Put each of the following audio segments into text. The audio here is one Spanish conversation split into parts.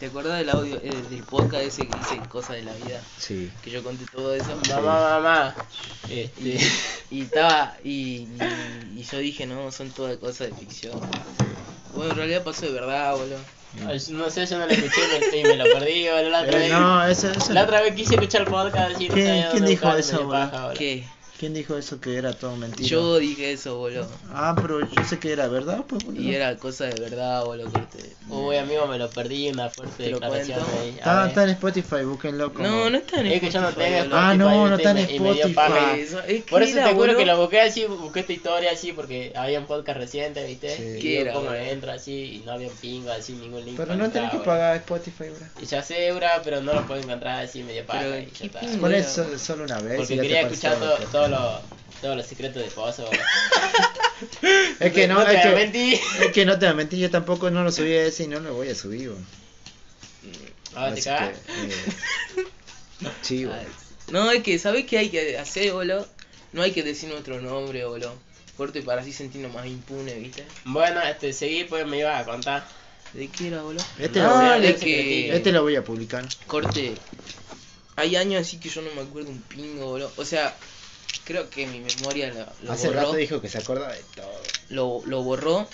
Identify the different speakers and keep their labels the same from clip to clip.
Speaker 1: ¿Te acuerdas del audio, eh, del podcast ese que dice cosas de la vida?
Speaker 2: Sí.
Speaker 1: Que yo conté todo eso. Mamá, mamá. Este, y estaba. Y, y, y yo dije, no, son todas cosas de ficción. Bueno, en realidad pasó de verdad, boludo.
Speaker 3: Ay, No sé, yo no lo escuché me- y me lo perdí, boludo. La otra
Speaker 4: Eh,
Speaker 3: vez,
Speaker 4: no, eso, eso-
Speaker 3: la otra vez quise escuchar el podcast y no
Speaker 4: ¿Quién-
Speaker 3: sabía
Speaker 4: quién
Speaker 3: dónde
Speaker 4: dijo
Speaker 3: buscarlo,
Speaker 4: eso,
Speaker 3: me dio
Speaker 4: boludo?
Speaker 3: paja, boludo.
Speaker 1: ¿Qué?
Speaker 4: ¿Quién dijo eso que era todo mentira?
Speaker 1: Yo dije eso, boludo.
Speaker 4: Ah, pero yo sé que era verdad, pues. boludo.
Speaker 1: Y era cosa de verdad, boludo. que te-
Speaker 3: Uy, amigo, me lo perdí, una fuerte
Speaker 1: Te lo
Speaker 3: declaración
Speaker 1: cuento.
Speaker 3: ahí. A
Speaker 4: Está,
Speaker 3: ver.
Speaker 4: Ah, está en Spotify, búsquenlo como...
Speaker 1: No, no está en
Speaker 3: Es que yo no
Speaker 1: Spotify,
Speaker 3: tengo
Speaker 1: boludo.
Speaker 4: Ah, no, no está en
Speaker 3: y este me- y me dio
Speaker 4: Spotify.
Speaker 3: paja.
Speaker 1: Eso, es que
Speaker 3: Por eso
Speaker 1: era,
Speaker 3: te juro
Speaker 1: boludo.
Speaker 3: que lo busqué así, busqué esta historia así, porque había un podcast reciente, ¿viste?
Speaker 4: Sí.
Speaker 3: Y
Speaker 1: ¿Qué
Speaker 3: yo
Speaker 1: era,
Speaker 3: como
Speaker 1: boludo?
Speaker 3: entro así y no había un pingo así, ningún link.
Speaker 4: Pero no tenés que
Speaker 3: conectado,
Speaker 4: pagar Spotify, bro.
Speaker 3: boludo. Y ya sé, bra, pero no lo puedo encontrar así, medio paja.
Speaker 1: Pero,
Speaker 3: y ya
Speaker 1: ¿qué
Speaker 3: está.
Speaker 1: pingo?
Speaker 4: Por
Speaker 1: Mira.
Speaker 4: eso, solo una vez.
Speaker 3: Porque
Speaker 4: y ya te
Speaker 3: quería
Speaker 4: aparece
Speaker 3: escuchar todo-
Speaker 4: todo.
Speaker 3: todos los todos los secretos de Pozo. boludo.
Speaker 4: Es que no,
Speaker 3: no
Speaker 4: es
Speaker 3: te
Speaker 4: que...
Speaker 3: mentí.
Speaker 4: Es que no te voy a mentir, yo tampoco no lo subí a ese y no lo voy a subir, bro.
Speaker 3: Ah, te Ah,
Speaker 4: Así
Speaker 3: cagas.
Speaker 4: que, eh, Sí, bro.
Speaker 1: No, es que, ¿sabés qué hay que hacer, boludo? No hay que decir nuestro nombre, boludo. Corte para así sentirnos más impune, ¿viste?
Speaker 3: Bueno, este, seguí, pues me ibas a contar.
Speaker 1: ¿De qué era, boludo?
Speaker 4: Este,
Speaker 3: No,
Speaker 4: lo voy
Speaker 1: Ah,
Speaker 4: a,
Speaker 3: de
Speaker 1: de
Speaker 3: que-
Speaker 1: que...
Speaker 4: este lo voy a publicar.
Speaker 1: Corte. Hay años así que yo no me acuerdo un pingo, boludo. O sea, creo que mi memoria lo, lo
Speaker 4: Hace
Speaker 1: borró.
Speaker 4: rato dijo que se acuerda de todo.
Speaker 1: Lo, lo borró.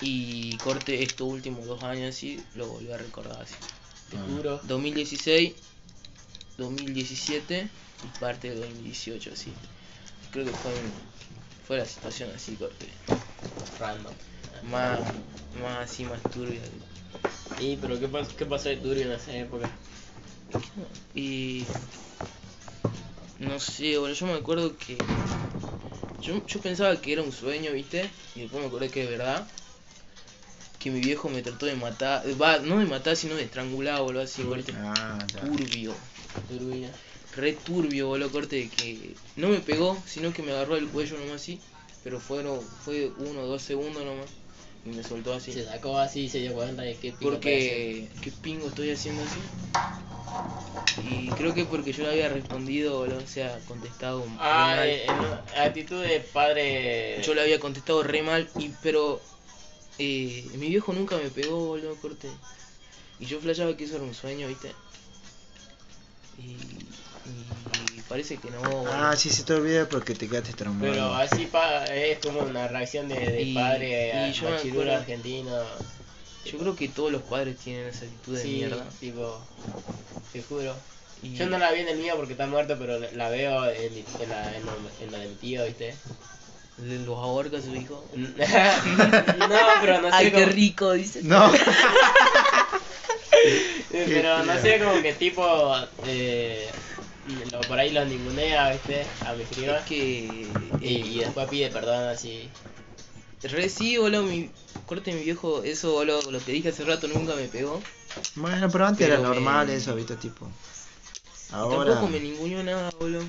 Speaker 1: Y corte estos últimos dos años así, lo volví a recordar así.
Speaker 3: Te
Speaker 4: Ah.
Speaker 3: juro.
Speaker 1: 2016, 2017 y parte de 2018 así. Creo que fue, fue la situación así, corte.
Speaker 3: Random.
Speaker 1: Más, más así, más turbia.
Speaker 3: Y, pero ¿qué pasó, qué pasó de Turio en esa época?
Speaker 1: Y. No sé, boludo, yo me acuerdo que. Yo, yo pensaba que era un sueño, viste, y después me acordé que es verdad. Que mi viejo me trató de matar, eh, va, no de matar, sino de estrangular, boludo, así, corte.
Speaker 4: Ah, ya.
Speaker 1: Turbio,
Speaker 3: Turbina.
Speaker 1: re turbio, boludo, corte, de que no me pegó, sino que me agarró el cuello nomás así, pero fueron, fue uno o dos segundos nomás, y me soltó así.
Speaker 3: Se sacó así y se dio cuenta de que pingo
Speaker 1: Porque, ¿qué pingo estoy haciendo así? Y creo que porque yo le había respondido, boludo, o sea, contestado
Speaker 3: parece.
Speaker 1: re
Speaker 3: Ah,
Speaker 1: mal.
Speaker 3: eh, en una actitud de padre.
Speaker 1: Yo le había contestado re mal, y pero eh, mi viejo nunca me pegó, boludo, corte. Y yo flashaba que eso era un sueño, ¿viste? Y, y parece que no, boludo.
Speaker 4: Ah, sí, se te olvida porque te quedaste traumado.
Speaker 3: Pero así pa es como una reacción de, de
Speaker 1: Y-
Speaker 3: padre a
Speaker 1: y yo me
Speaker 3: machirula
Speaker 1: acuerdo-
Speaker 3: argentino.
Speaker 1: Yo creo que todos los padres tienen esa actitud de
Speaker 3: sí,
Speaker 1: mierda.
Speaker 3: tipo, te juro.
Speaker 1: Y
Speaker 3: Yo no la vi en el mío porque está muerto, pero la veo en, en la, en, la- en la de mi tío, ¿viste?
Speaker 1: los ahorca su hijo.
Speaker 3: no, pero no sé
Speaker 1: Ay, qué
Speaker 3: cómo-
Speaker 1: rico, dice.
Speaker 4: No,
Speaker 3: eh, Pero no
Speaker 4: Qué
Speaker 3: sé, como que tipo, eh, lo- por ahí los ningunea, ¿viste? A mis primos.
Speaker 1: Es que... eh,
Speaker 3: Y, y después pide perdón así.
Speaker 1: Re sí, boludo, mi... Corte mi viejo, eso, boludo, lo que dije hace rato nunca me pegó.
Speaker 4: bueno, pero antes era
Speaker 1: Pero me-
Speaker 4: normal eso, ahorita tipo. Ahora.
Speaker 1: Tampoco me ninguneó nada, boludo.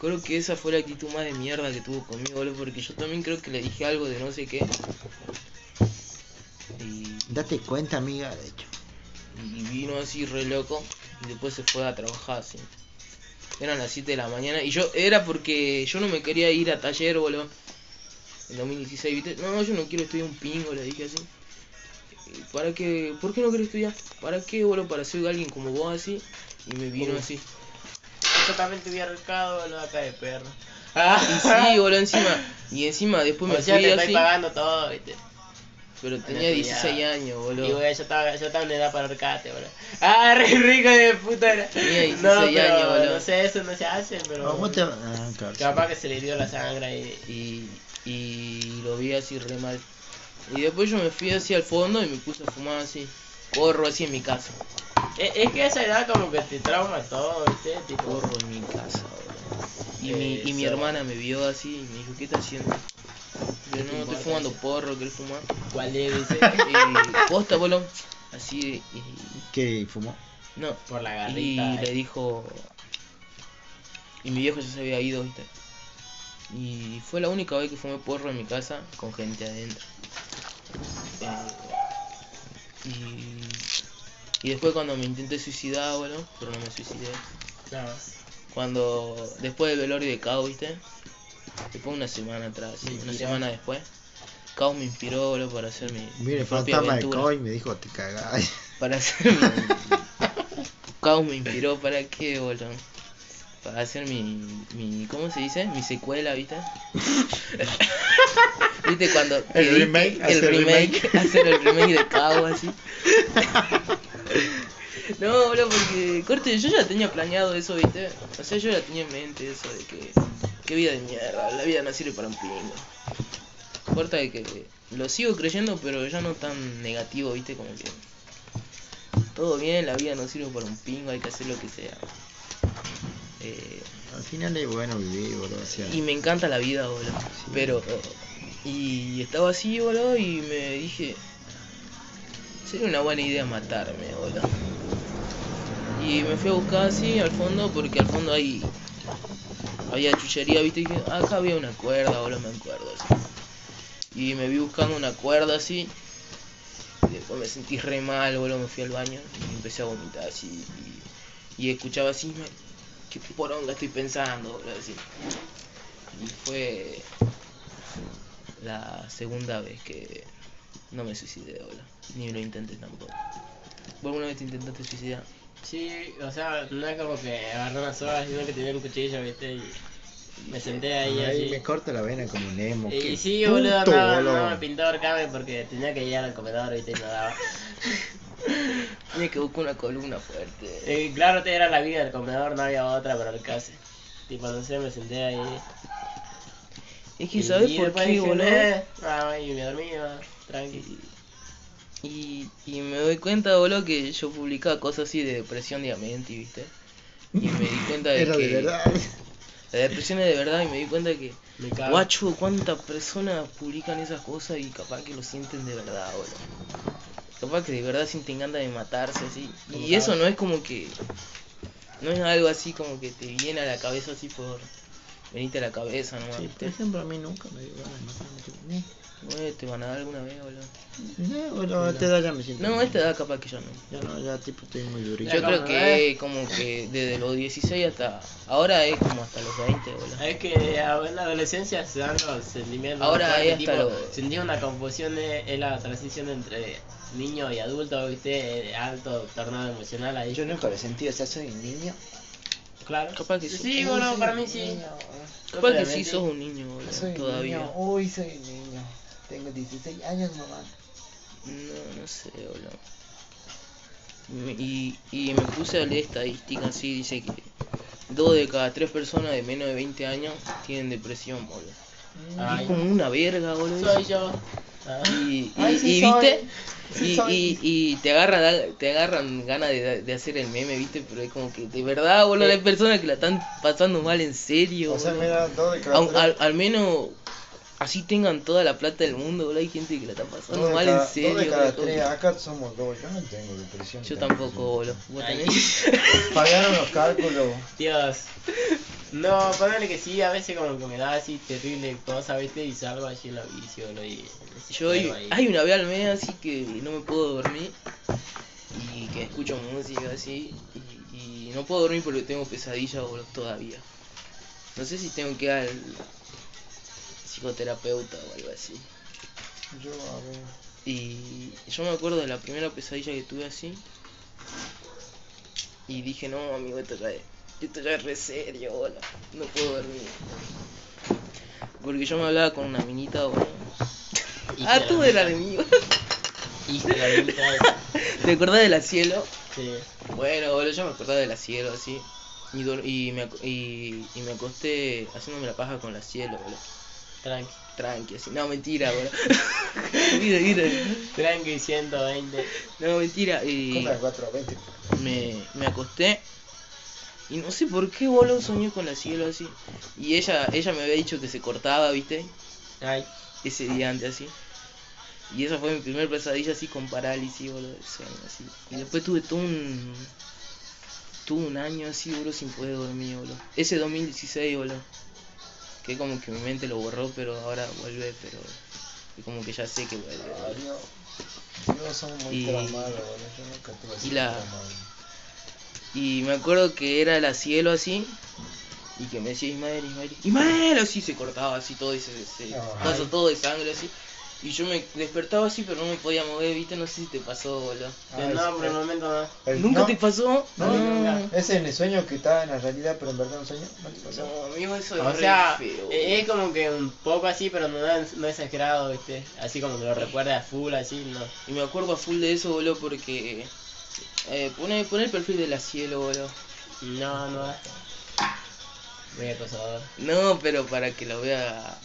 Speaker 1: Creo que esa fue la actitud más de mierda que tuvo conmigo, boludo, porque yo también creo que le dije algo de no sé qué. Y,
Speaker 4: Date cuenta, amiga, de hecho.
Speaker 1: y vino así re loco y después se fue a trabajar así. Eran las 7 de la mañana y yo era porque yo no me quería ir a taller, boludo. En 2016, ¿viste? No, yo no quiero estudiar un pingo, le dije así. "¿Y ¿Para qué? ¿Por qué no quiero estudiar? ¿Para qué, boludo? Para ser alguien como vos así. Y me vino así.
Speaker 3: Yo también te hubiera arrancado lo acá de perro.
Speaker 1: Y sí, boludo, encima. Y encima después Pues me
Speaker 3: Ah. o sea,
Speaker 1: fui
Speaker 3: te estoy
Speaker 1: así.
Speaker 3: pagando todo, ¿viste?
Speaker 1: Pero
Speaker 3: No
Speaker 1: tenía
Speaker 3: estudiaba.
Speaker 1: 16 años, boludo.
Speaker 3: Y güey, yo estaba, yo estaba en edad para arcarte, boludo. Ah, re rico de puta. era.
Speaker 1: Tenía
Speaker 3: No,
Speaker 1: 16
Speaker 3: pero
Speaker 1: años, boludo.
Speaker 3: no sé, eso no se hace, pero.
Speaker 4: Ah, vos te- ah, claro, sí.
Speaker 3: Capaz que se le dio la sangre y.
Speaker 1: y, y lo vi así re mal. Y después yo me fui así al fondo y me puse a fumar así. Corro así en mi casa.
Speaker 3: Es, E, es que a esa edad como que te trauma todo, ¿viste? Tipo,
Speaker 1: Corro en mi casa, boludo. Y mi, y mi
Speaker 3: Eso.
Speaker 1: hermana me vio así y me dijo, ¿qué estás haciendo? Yo no, estoy fumando porro, ¿querés fumar?
Speaker 3: ¿cuál es, viste?
Speaker 1: Y posta, boludo. Así, y-
Speaker 4: ¿Qué fumó?
Speaker 1: no.
Speaker 3: Por la
Speaker 1: Y
Speaker 3: garrita.
Speaker 1: le dijo... Y mi viejo ya se había ido, ¿viste? Y fue la única vez que fumé porro en mi casa con gente adentro. Ah, Eh, y, y después cuando me intenté suicidar, bueno, pero no me suicidé.
Speaker 3: No.
Speaker 1: Cuando después del velorio de Cao, ¿viste? Después una semana atrás, sí, una
Speaker 3: Mentira.
Speaker 1: semana después. Caos me inspiró, boludo, para hacer mi,
Speaker 4: Mire,
Speaker 1: mi propia
Speaker 4: fantasma de
Speaker 1: aventura.
Speaker 4: Coy me dijo, te cagás.
Speaker 1: Para hacer mi... Caos me inspiró, ¿para qué, boludo? Para hacer mi, mi... ¿Cómo se dice? Mi secuela, ¿viste? ¿Viste cuando... que viste
Speaker 4: remake,
Speaker 1: El
Speaker 4: hacer
Speaker 1: remake.
Speaker 4: remake.
Speaker 1: Hacer el remake de Caos, así. No, boludo, porque... Corte, yo ya tenía planeado eso, ¿viste? O sea, yo ya tenía en mente eso de que... Qué vida de mierda, la vida no sirve para un pingo. Corta de que lo sigo creyendo, pero ya no tan negativo, ¿viste? Como que... Todo bien, la vida no sirve para un pingo, hay que hacer lo que sea. Eh,
Speaker 4: Al final es bueno vivir, boludo. O sea,
Speaker 1: y me encanta la vida, boludo. Pero. Y estaba así, boludo, y me dije. Sería una buena idea matarme, boludo. Y me fui a buscar así al fondo, porque al fondo hay. Había chuchería, viste, y dije, acá había una cuerda, boludo, me acuerdo así. Y me vi buscando una cuerda así. Y después me sentí re mal, boludo, me fui al baño y empecé a vomitar así. Y, y escuchaba así, me, qué poronga estoy pensando, boludo, así. Y fue la segunda vez que no me suicidé, hola. Ni lo intenté tampoco. ¿Vos alguna vez te intentaste suicidar?
Speaker 3: Sí, o sea, no es como que agarré una soga, sino que tenía un cuchillo, viste, y me senté ahí
Speaker 4: ahí
Speaker 3: así.
Speaker 4: me corta la vena como Nemo.
Speaker 3: Y
Speaker 4: qué
Speaker 3: sí, boludo,
Speaker 4: puto,
Speaker 3: no,
Speaker 4: boludo.
Speaker 3: no me pintó ahorcarme porque tenía que llegar al comedor, viste, y no daba.
Speaker 1: Tenía que buscar una columna fuerte.
Speaker 3: Eh, claro, te era la vida del comedor, no había otra para el case. Tipo, no sé, me senté ahí.
Speaker 1: Es que sabes por
Speaker 3: después
Speaker 1: qué,
Speaker 3: dije,
Speaker 1: boludo.
Speaker 3: "Eh", ah, y me dormí, ah, tranqui.
Speaker 1: Y, y me doy cuenta, boludo, que yo publicaba cosas así de depresión diamante, ¿viste? Y me di cuenta de
Speaker 4: Era
Speaker 1: que...
Speaker 4: de verdad.
Speaker 1: La depresión es de verdad y me di cuenta que...
Speaker 3: Me cago.
Speaker 1: Guacho, cuántas personas publican esas cosas y capaz que lo sienten de verdad, boludo. Capaz que de verdad sienten ganas de matarse así.
Speaker 3: Como
Speaker 1: Y eso
Speaker 3: cada-
Speaker 1: no es como que. No es algo así como que te viene a la cabeza así por. Venirte a la cabeza nomás.
Speaker 4: Sí, por
Speaker 1: ¿viste?
Speaker 4: ejemplo, a mí nunca me dio ganas de matarme. tipo, ni-
Speaker 1: Güey, te van a dar alguna vez, boludo.
Speaker 4: No, boludo, a esta edad ya me siento.
Speaker 1: No, a
Speaker 4: bien.
Speaker 1: esta edad capaz que yo no.
Speaker 4: Ya no, ya tipo estoy muy durito.
Speaker 1: Yo
Speaker 3: Ya, eh.
Speaker 1: creo
Speaker 3: como,
Speaker 1: que como que desde los 16 hasta. Ahora es como hasta los 20, boludo.
Speaker 3: Es que a- en la adolescencia se dan los sentimientos.
Speaker 1: Ahora
Speaker 3: fuertes,
Speaker 1: ahí hasta
Speaker 3: tipo,
Speaker 1: lo-
Speaker 3: Sentí una confusión, eh, es la transición entre niño y adulto, viste, eh, alto tornado emocional ahí.
Speaker 4: Yo nunca lo he sentido, o sea, soy un niño.
Speaker 3: Claro.
Speaker 1: Capaz que sí.
Speaker 3: sí, bueno, para mí sí.
Speaker 1: Capaz que sí
Speaker 3: Obviamente.
Speaker 1: sos un niño, boludo. Todavía.
Speaker 4: Uy, soy un niño. Tengo 16 años, mamá.
Speaker 1: No, no sé, boludo. Me- Y, y me puse a leer estadísticas así, dice que dos de cada tres personas de menos de 20 años tienen depresión, boludo.
Speaker 3: Ay,
Speaker 1: Es como una verga, boludo.
Speaker 3: soy yo. Ah.
Speaker 1: Y, y,
Speaker 4: Ay, sí
Speaker 1: y,
Speaker 4: soy.
Speaker 1: viste,
Speaker 4: Sí
Speaker 1: y,
Speaker 4: soy.
Speaker 1: y, y te agarran te agarran ganas de, de hacer el meme, viste, pero es como que de verdad, boludo,
Speaker 3: Sí.
Speaker 1: hay personas que la están pasando mal en serio.
Speaker 4: O sea,
Speaker 1: boludo.
Speaker 4: me da dos de cada
Speaker 1: Au-
Speaker 4: tres.
Speaker 1: al, al menos así tengan toda la plata del mundo, boludo, hay gente que la está pasando
Speaker 4: Dos de
Speaker 1: mal
Speaker 4: cada-
Speaker 1: en serio.
Speaker 4: Dos de cada
Speaker 1: boludo.
Speaker 4: tres. Acá somos dos. Yo no tengo depresión.
Speaker 1: Yo tampoco, boludo. ¿Vos
Speaker 3: Ay.
Speaker 1: tenés?
Speaker 4: Fallaron los cálculos.
Speaker 3: Dios. No, ponele que sí, a veces como que me da así terrible cosa, viste, y salgo allí en la bici, boludo, y...
Speaker 1: Yo hoy, hay una vez al mes así que no me puedo dormir y que escucho música así y, y no puedo dormir porque tengo pesadillas boludo, todavía. No sé si tengo que ir al psicoterapeuta o algo así.
Speaker 4: Yo, a ver.
Speaker 1: Y yo me acuerdo de la primera pesadilla que tuve así y dije, no, amigo, esto ya es, esto ya es re serio, boludo, no puedo dormir. Porque yo me hablaba con una minita, boludo. Ah, tú eras de mí.
Speaker 3: Y que la mitad es-
Speaker 1: ¿Te acordás de la cielo?
Speaker 3: Sí.
Speaker 1: Bueno, boludo, yo me acordaba de la cielo así. Y, dur- y, me, ac- y, y me acosté haciéndome la paja con la cielo, boludo.
Speaker 3: Tranqui.
Speaker 1: Tranqui, así. No, mentira, boludo. mira, mira.
Speaker 3: Tranqui 120.
Speaker 1: No, mentira. Y
Speaker 4: Compra 420.
Speaker 1: me, me acosté. Y no sé por qué, boludo, soñé con la cielo así. Y ella, ella me había dicho que se cortaba, ¿viste?
Speaker 3: Ay.
Speaker 1: Ese día antes así. Y esa fue mi primer pesadilla así con parálisis, boludo, del sueño, así. Y después tuve todo un... Tuve un año así, boludo, sin poder dormir, boludo. Ese 2016, boludo. Que como que mi mente lo borró, pero ahora vuelve, pero... y como que ya sé que vuelve, boludo.
Speaker 4: Yo, yo soy muy
Speaker 1: Y-
Speaker 4: traumado, boludo. Yo nunca tuve así
Speaker 1: la-
Speaker 4: traumado.
Speaker 1: Y me acuerdo que era la cielo así. Y que me decía Ismael, Ismael, Ismael, así se cortaba así todo y se, se
Speaker 4: Ay.
Speaker 1: pasó todo de sangre así. Y yo me despertaba así, pero no me podía mover, viste, no sé si te pasó, boludo.
Speaker 3: Pero
Speaker 4: Ah,
Speaker 3: no,
Speaker 4: es-
Speaker 3: por el momento no.
Speaker 4: el-
Speaker 1: ¿Nunca
Speaker 4: Eh, no,
Speaker 1: te pasó?
Speaker 4: No,
Speaker 3: nunca.
Speaker 4: Es en el sueño que estaba en la realidad, pero en verdad en un sueño no te pasó.
Speaker 1: No, amigo, eso es
Speaker 3: O
Speaker 1: re
Speaker 3: sea,
Speaker 1: feo.
Speaker 3: eh, es como que un poco así, pero no, es- no es exagerado, ¿viste? Así como que lo recuerda a full, así, no.
Speaker 1: Y me acuerdo a full de eso, boludo, porque. Eh, pone, pone el perfil de la cielo, boludo.
Speaker 3: No, no. Muy acosador.
Speaker 1: No, pero para que lo vea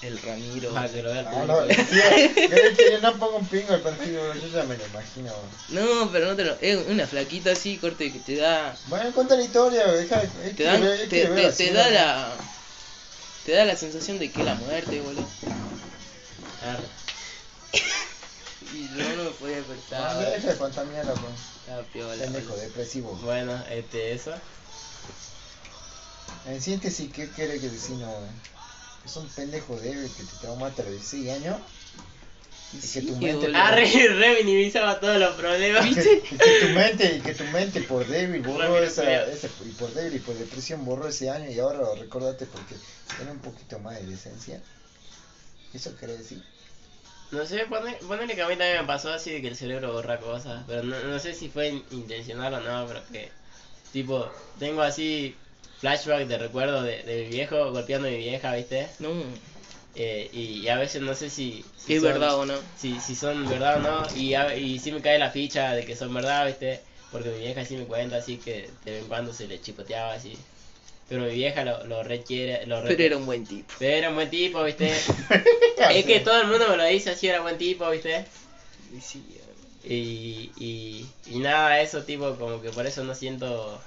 Speaker 1: el Ramiro.
Speaker 3: Para que lo vea el
Speaker 4: Ah, no,
Speaker 3: público.
Speaker 4: tío, yo le dije, no pongo un pingo al perfil, boludo, yo ya me lo imagino. boludo.
Speaker 1: No, pero no te lo. Es una flaquita así, corte, que te da.
Speaker 4: Bueno, cuenta la historia, boludo, deja, es
Speaker 1: Te,
Speaker 4: que
Speaker 1: dan,
Speaker 4: ve- es
Speaker 1: te,
Speaker 4: que
Speaker 1: te- te
Speaker 4: veo así,
Speaker 1: da
Speaker 4: boludo.
Speaker 1: la. Te da la sensación de que es la muerte, boludo.
Speaker 3: Arre.
Speaker 1: Y yo no me podía
Speaker 4: No,
Speaker 1: despertar.
Speaker 4: deja de contar mierda, boludo.
Speaker 1: Estaba piola.
Speaker 4: pendejo,
Speaker 1: boludo.
Speaker 4: depresivo.
Speaker 3: Bueno, este, eso.
Speaker 4: En síntesis, ¿qué quiere que decimos? Es un pendejo débil que te traumaste a los 16 años. Y que
Speaker 1: sí,
Speaker 4: tu mente.
Speaker 1: boludo.
Speaker 3: Arre, Ah, re minimizaba todos los problemas.
Speaker 4: Que, que tu mente, que tu mente por débil borró
Speaker 3: Ramiro
Speaker 4: esa,
Speaker 3: Feo.
Speaker 4: ese- y por débil y por depresión borró ese año y ahora lo recordaste porque tiene un poquito más de decencia. Eso quiere decir.
Speaker 3: No sé, pone- ponele que a mí también me pasó así de que el cerebro borra cosas, pero no, no sé si fue in- intencional o no, pero que, tipo, tengo así flashback de recuerdo de, de mi viejo golpeando a mi vieja, ¿viste?
Speaker 1: No,
Speaker 3: Eh, y, y a veces no sé si... si
Speaker 1: que es
Speaker 3: son-
Speaker 1: verdad o no.
Speaker 3: Si, si son verdad o no, y, a- y sí me cae la ficha de que son verdad, ¿viste? Porque mi vieja sí me cuenta así que de vez en cuando se le chipoteaba así. Pero mi vieja lo, lo requiere, lo re-
Speaker 1: Pero era un buen tipo.
Speaker 3: pero era un buen tipo, ¿viste?
Speaker 4: Ah,
Speaker 3: es que todo el mundo me lo dice así, era buen tipo, ¿viste?
Speaker 1: Y sí, eh,
Speaker 3: Y, y, y nada, eso tipo, como que por eso no siento,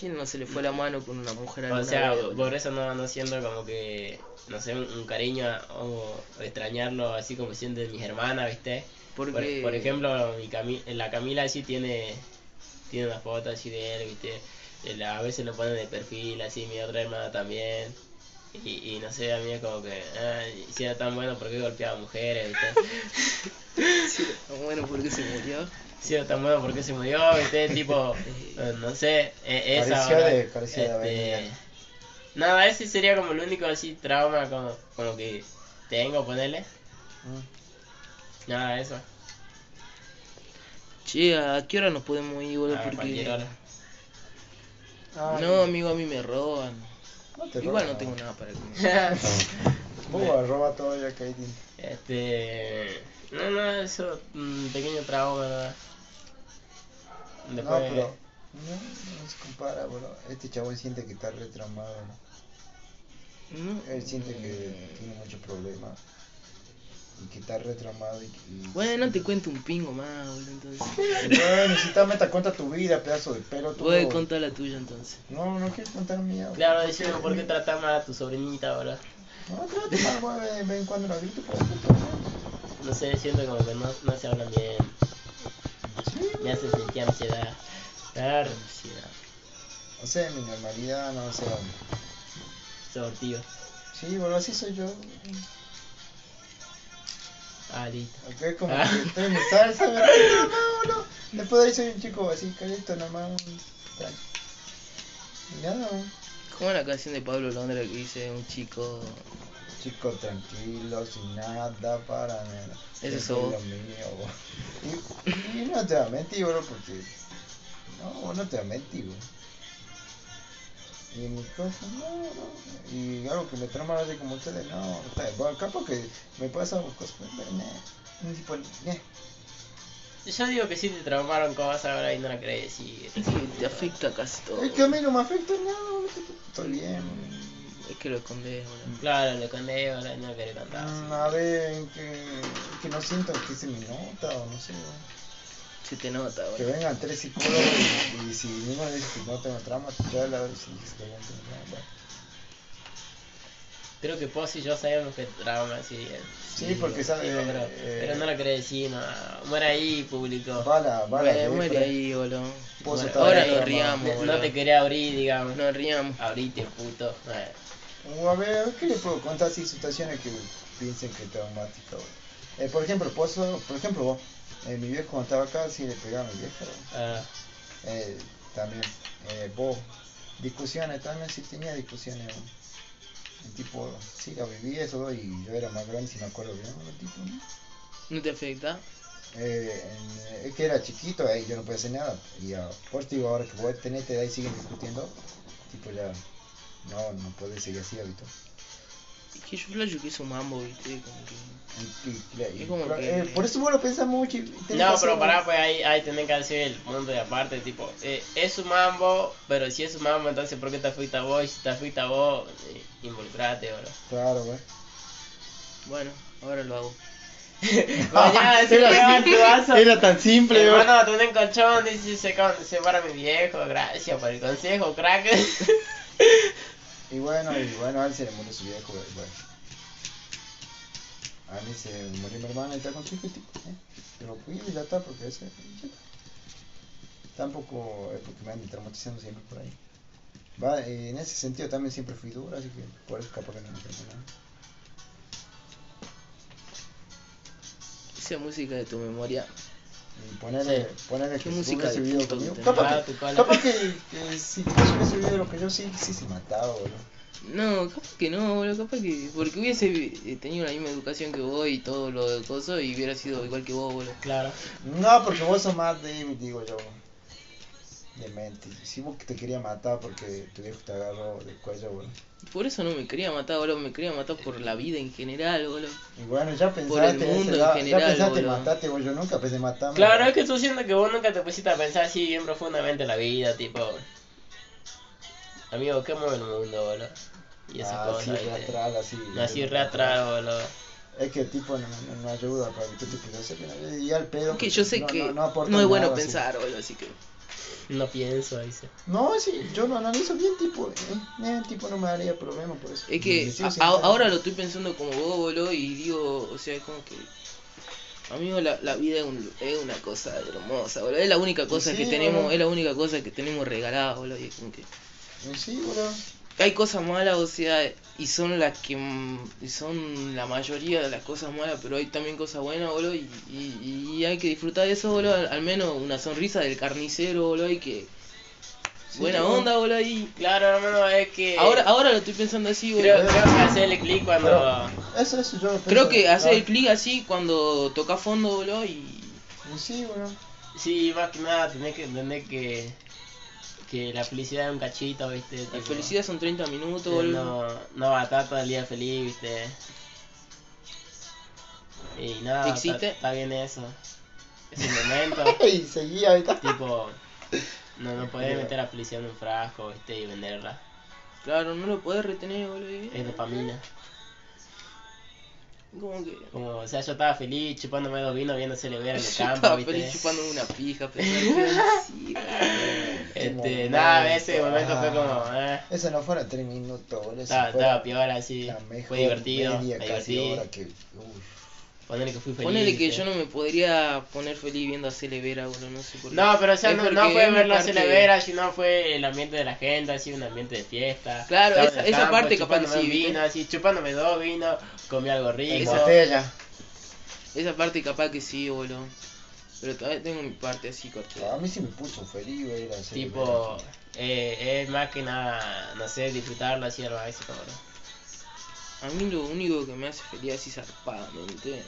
Speaker 1: ¿Quién no se le fue la mano con una mujer
Speaker 3: o
Speaker 1: alguna
Speaker 3: sea,
Speaker 1: vez, boludo?
Speaker 3: por eso no, no siento como que, no sé, un, un cariño a- o, o extrañarlo así como sienten mis hermanas, ¿viste? Por,
Speaker 1: Porque,
Speaker 3: por ejemplo, mi Cami- la Camila sí tiene, tiene una foto así de él, ¿viste? Eh, la- A veces lo ponen de perfil, así mi otra hermana también. Y, y no sé, a mí es como que, ah, si era tan bueno, ¿por qué golpeaba mujeres, ¿viste?
Speaker 1: Ah, bueno, porque se murió.
Speaker 3: Sí, no tan bueno porque se murió, ¿viste? tipo, eh, no sé, eh, esa
Speaker 4: Careció
Speaker 3: ahora,
Speaker 4: de- careció de avenida.
Speaker 3: Nada, ese sería como el único así trauma como, como que tengo, ponerle.
Speaker 4: Mm.
Speaker 3: Nada, eso.
Speaker 1: Che, ¿a qué hora nos podemos ir, boludo?
Speaker 3: A
Speaker 1: Porque...
Speaker 3: Ah, cualquier hora. Ah,
Speaker 4: Ay,
Speaker 1: No, amigo, a mí me roban.
Speaker 4: no te
Speaker 1: Igual
Speaker 4: robo,
Speaker 1: no tengo nada para comer.
Speaker 4: Vos arroba todo ya que hay din-
Speaker 3: este. No, no, eso, un pequeño trauma, nada.
Speaker 4: No,
Speaker 3: Después,
Speaker 4: pero. No, no se compara, boludo. Este chabón siente que está retraumado. ¿no?
Speaker 1: No.
Speaker 4: Él siente que tiene muchos problemas. Y que está retraumado. Y, y-
Speaker 1: Bueno, te cuento un pingo más, boludo, entonces.
Speaker 4: Bueno, si te meta cuenta tu vida, pedazo de pelo. tú,
Speaker 1: Voy a
Speaker 4: boludo.
Speaker 1: contar la tuya entonces.
Speaker 4: No, no quiero contar mía. boludo.
Speaker 3: Claro, decime por qué tratar mal a tu sobrinita, boludo.
Speaker 4: No, claro, te la mueve de vez en cuando la grito, pues, pero no pasa nada.
Speaker 3: No sé, siento como que no, no se hablan bien.
Speaker 4: Sí,
Speaker 3: Me hace sentir ansiedad. Claro, ansiedad.
Speaker 4: o sea, mi normalidad, no, o sea.
Speaker 3: Sortido.
Speaker 4: Sí, bueno, así soy yo.
Speaker 3: Ah, listo.
Speaker 4: Acá como
Speaker 3: Ah.
Speaker 4: que estoy en mi salsa, me no, no, no. Después de ahí soy un chico así, carito, nomás. un- tranqui. Y nada, un
Speaker 1: Como la canción de Pablo Londra que dice un chico.
Speaker 4: chico tranquilo, sin nada, para nada.
Speaker 1: Ese
Speaker 4: Siempre
Speaker 1: sos
Speaker 4: lo
Speaker 1: vos.
Speaker 4: mío, bo. y, y no te va a mentir, bro, porque. No, vos no te va a mentir, bro. Y en mi cosa, no, no. Y algo que me trama así como ustedes, no. Está de bueno, capaz que me pasan cosas, pero no. Un tipo, ne.
Speaker 3: Yo digo que sí te traumaron cosas ahora y no la querés decir.
Speaker 1: Es que te afecta casi todo.
Speaker 4: Es que a mí no me afecta nada, bro. Estoy bien.
Speaker 1: Es que lo escondes, boludo.
Speaker 3: Claro, lo escondés ahora y no la querés contar. sí.
Speaker 4: Mm, A ver, en que, que no siento que se me nota o no sé, bro.
Speaker 1: Se te nota,
Speaker 4: Que
Speaker 1: boludo.
Speaker 4: vengan tres psicólogos y, y si ninguno dice que no tengo trama, ya la verdad sí que no tengo trama.
Speaker 3: Creo que Pos y yo sabemos que trauma, sí. eh,
Speaker 4: Sí, porque sabe,
Speaker 3: pero,
Speaker 4: eh,
Speaker 3: pero no lo querés decir, no. Muera ahí, público.
Speaker 4: Bala, bala.
Speaker 1: Bueno,
Speaker 4: de
Speaker 1: Eh, muere
Speaker 4: pre-
Speaker 1: ahí, boludo.
Speaker 4: Vos
Speaker 1: Bueno,
Speaker 4: estás
Speaker 1: ahora
Speaker 4: ahí,
Speaker 1: nos
Speaker 4: mamá.
Speaker 1: riamos,
Speaker 3: No,
Speaker 1: boludo.
Speaker 3: no te quería abrir, digamos.
Speaker 1: Nos riamos.
Speaker 3: Abrite, puto. Eh,
Speaker 4: Uh, A ver, a ver, ¿qué le puedo contar así situaciones que piensen que traumática? bro? Eh, por ejemplo, pozo, por ejemplo, vos, eh, mi viejo cuando estaba acá, sí le pegaba a mi vieja. bro.
Speaker 3: ah,
Speaker 4: Eh, también, eh, vos, discusiones, también sí tenía discusiones. bro. El tipo, sí, la viví eso y yo era más grande si me acuerdo bien, el tipo, ¿no?
Speaker 1: ¿No te afecta?
Speaker 4: Eh, en- es que era chiquito ahí, yo no podía hacer nada. Y ah, por eso digo, ahora que voy a tenerte ahí siguen discutiendo, tipo ya, no, no puedes seguir así, hábito.
Speaker 1: Es que yo flasho que es un mambo, viste, como que...
Speaker 4: Y- y- y-
Speaker 1: Es como
Speaker 4: pero,
Speaker 1: que-
Speaker 4: eh, por eso vos lo pensás mucho. y tenés
Speaker 3: No,
Speaker 4: razón,
Speaker 3: pero
Speaker 4: ¿no?
Speaker 3: pará, pues ahí, ahí tienen que hacer el punto de aparte, tipo, eh, es un mambo, pero si es un mambo, entonces ¿por qué te fuiste a vos? Y Si te fuiste a vos, eh, involucrate, bro.
Speaker 4: Claro, güey.
Speaker 1: Bueno, ahora lo hago.
Speaker 3: Mañana se llevan tu vaso.
Speaker 4: Era tan simple, güey.
Speaker 3: Hermano, tú en colchón, dice, se, con- se para mi viejo, gracias por el consejo, crack.
Speaker 4: Y bueno, y bueno, a él se le murió su viejo, güey. güey. A mí se me murió mi hermana y está con su hijo, y tipo, ¿eh? Pero fui y ya está, porque ese. ya está. Tampoco es porque me andan traumatizando siempre por ahí. Va, eh, en ese sentido también siempre fui duro, así que por eso capaz que no me enfermo nada.
Speaker 1: Esa música de tu memoria.
Speaker 4: Y ponerle, ponerle
Speaker 1: ¿Qué
Speaker 4: que si
Speaker 1: música
Speaker 4: hubiera
Speaker 1: de
Speaker 4: subido
Speaker 1: puto
Speaker 4: conmigo.
Speaker 1: que
Speaker 4: Capaz
Speaker 3: tenía?
Speaker 4: que,
Speaker 3: Tu cola.
Speaker 4: capaz que, que si hubiera subido lo que yo sí, sí se mataba, boludo.
Speaker 1: No, capaz que no, boludo, capaz que... Porque hubiese eh, tenido la misma educación que vos y todo lo de coso y hubiera sido igual que vos, boludo.
Speaker 3: claro.
Speaker 4: No, porque vos sos más de digo yo. Demente. Si vos te quería matar porque tu viejo te agarró del cuello, boludo.
Speaker 1: Por eso no me quería matar, boludo, me quería matar por la vida en general, boludo.
Speaker 4: Y bueno, ya
Speaker 1: el
Speaker 4: pensaste, a esa
Speaker 1: mundo en
Speaker 4: edad,
Speaker 1: general,
Speaker 4: ya pensaste en
Speaker 1: boludo.
Speaker 4: matarte, vos yo nunca pensé en matarme.
Speaker 3: Claro, es que tú siento que vos nunca te pusiste a pensar así bien profundamente la vida, tipo. Amigo, ¿qué mueve el mundo, boludo? Y esas
Speaker 4: Ah,
Speaker 3: cosas,
Speaker 4: así
Speaker 3: ¿viste?
Speaker 4: reatrás, así.
Speaker 3: Así re atrás, boludo.
Speaker 4: Es que el tipo no, no, no ayuda para que tú te pienses, pero y al pedo.
Speaker 1: Es que yo sé
Speaker 4: no-
Speaker 1: que
Speaker 4: no,
Speaker 1: no,
Speaker 4: no aporta
Speaker 1: es bueno
Speaker 4: nada, sí.
Speaker 1: pensar, boludo, así que...
Speaker 3: No pienso, dice.
Speaker 4: No, sí, yo lo analizo bien, tipo, eh, eh, tipo no me daría problema por eso.
Speaker 1: Es que
Speaker 4: Sí, sí,
Speaker 1: a- a-
Speaker 4: sí.
Speaker 1: ahora lo estoy pensando como vos, boludo, y digo, o sea, es como que... Amigo, la, la vida es, un- es una cosa hermosa, boludo. Es la única cosa
Speaker 4: sí,
Speaker 1: que tenemos,
Speaker 4: boludo.
Speaker 1: es la única cosa que tenemos regalada, boludo. Y es como que...
Speaker 4: Eh, Sí, boludo.
Speaker 1: Hay cosas malas, o sea, y son las que... mm, y son la mayoría de las cosas malas, pero hay también cosas buenas, boludo. Y, y- y hay que disfrutar de eso, boludo. Al, al menos una sonrisa del carnicero, boludo. Y que...
Speaker 4: Sí,
Speaker 1: buena
Speaker 4: boludo.
Speaker 1: onda, boludo. Y...
Speaker 3: Claro, hermano, es que.
Speaker 1: Ahora, ahora lo estoy pensando así, boludo.
Speaker 3: Eh, creo, creo que hacerle clic cuando.
Speaker 4: Eso, eso yo lo
Speaker 1: Creo
Speaker 4: pienso,
Speaker 1: que hacer
Speaker 4: claro.
Speaker 1: el clic así cuando toca fondo, boludo, y.
Speaker 4: Y Pues Sí, boludo.
Speaker 3: Sí, más que nada, tenés que entender que. Que la felicidad es un cachito, viste.
Speaker 1: La
Speaker 3: tipo,
Speaker 1: felicidad son 30 minutos,
Speaker 3: eh,
Speaker 1: boludo.
Speaker 3: No, no va a estar todo el día feliz, viste. Y nada, está-
Speaker 1: ¿Existe?
Speaker 3: está bien eso. Es el momento.
Speaker 4: Y seguía ahorita.
Speaker 3: tipo, no, no podés meter la felicidad en un frasco, viste, y venderla.
Speaker 1: Claro, no lo podés retener, boludo. ¿eh?
Speaker 3: Es dopamina.
Speaker 1: Como que.
Speaker 3: Como, o sea, yo estaba feliz chupándome dos vinos viendo celebrar en el
Speaker 1: Yo
Speaker 3: campo,
Speaker 1: estaba
Speaker 3: viste.
Speaker 1: feliz chupando una pija, pero no lo puedo decir, boludo.
Speaker 3: Este, nada, ese momento fue como,
Speaker 1: Ah.
Speaker 3: eh,
Speaker 4: Eso no fueron tres minutos, boludo. eso
Speaker 3: estaba,
Speaker 4: fue
Speaker 3: estaba peor así,
Speaker 4: la mejor
Speaker 3: fue divertido, me
Speaker 4: media casi
Speaker 3: divertí,
Speaker 4: hora que. Uf.
Speaker 3: ponerle que fui feliz.
Speaker 1: Ponele que
Speaker 3: ¿viste?
Speaker 1: yo no me podría poner feliz viendo a Celevera, boludo, no sé por qué.
Speaker 3: No, pero o sea,
Speaker 1: Es
Speaker 3: no,
Speaker 1: porque
Speaker 3: no fue
Speaker 1: es mi
Speaker 3: verlo
Speaker 1: parte-
Speaker 3: celebrar, sino fue el ambiente de la gente, así, un ambiente de fiesta.
Speaker 1: Claro,
Speaker 3: Estaba
Speaker 1: esa-
Speaker 3: en el
Speaker 1: esa parte capaz que
Speaker 3: chupándome
Speaker 1: sí,
Speaker 3: un
Speaker 1: ¿viste?
Speaker 3: vino, así, chupándome dos vinos, comí algo
Speaker 4: En
Speaker 3: rico.
Speaker 4: botella.
Speaker 1: Esa parte capaz que sí, boludo. Pero todavía tengo mi parte así
Speaker 4: A
Speaker 1: cortada.
Speaker 4: mí sí me puso feliz, güey. Era así,
Speaker 3: Tipo, eh, es más que nada, no sé, disfrutarlo así a lo veces, como, ¿no?
Speaker 1: A mí lo único que me hace feliz así zarpadamente.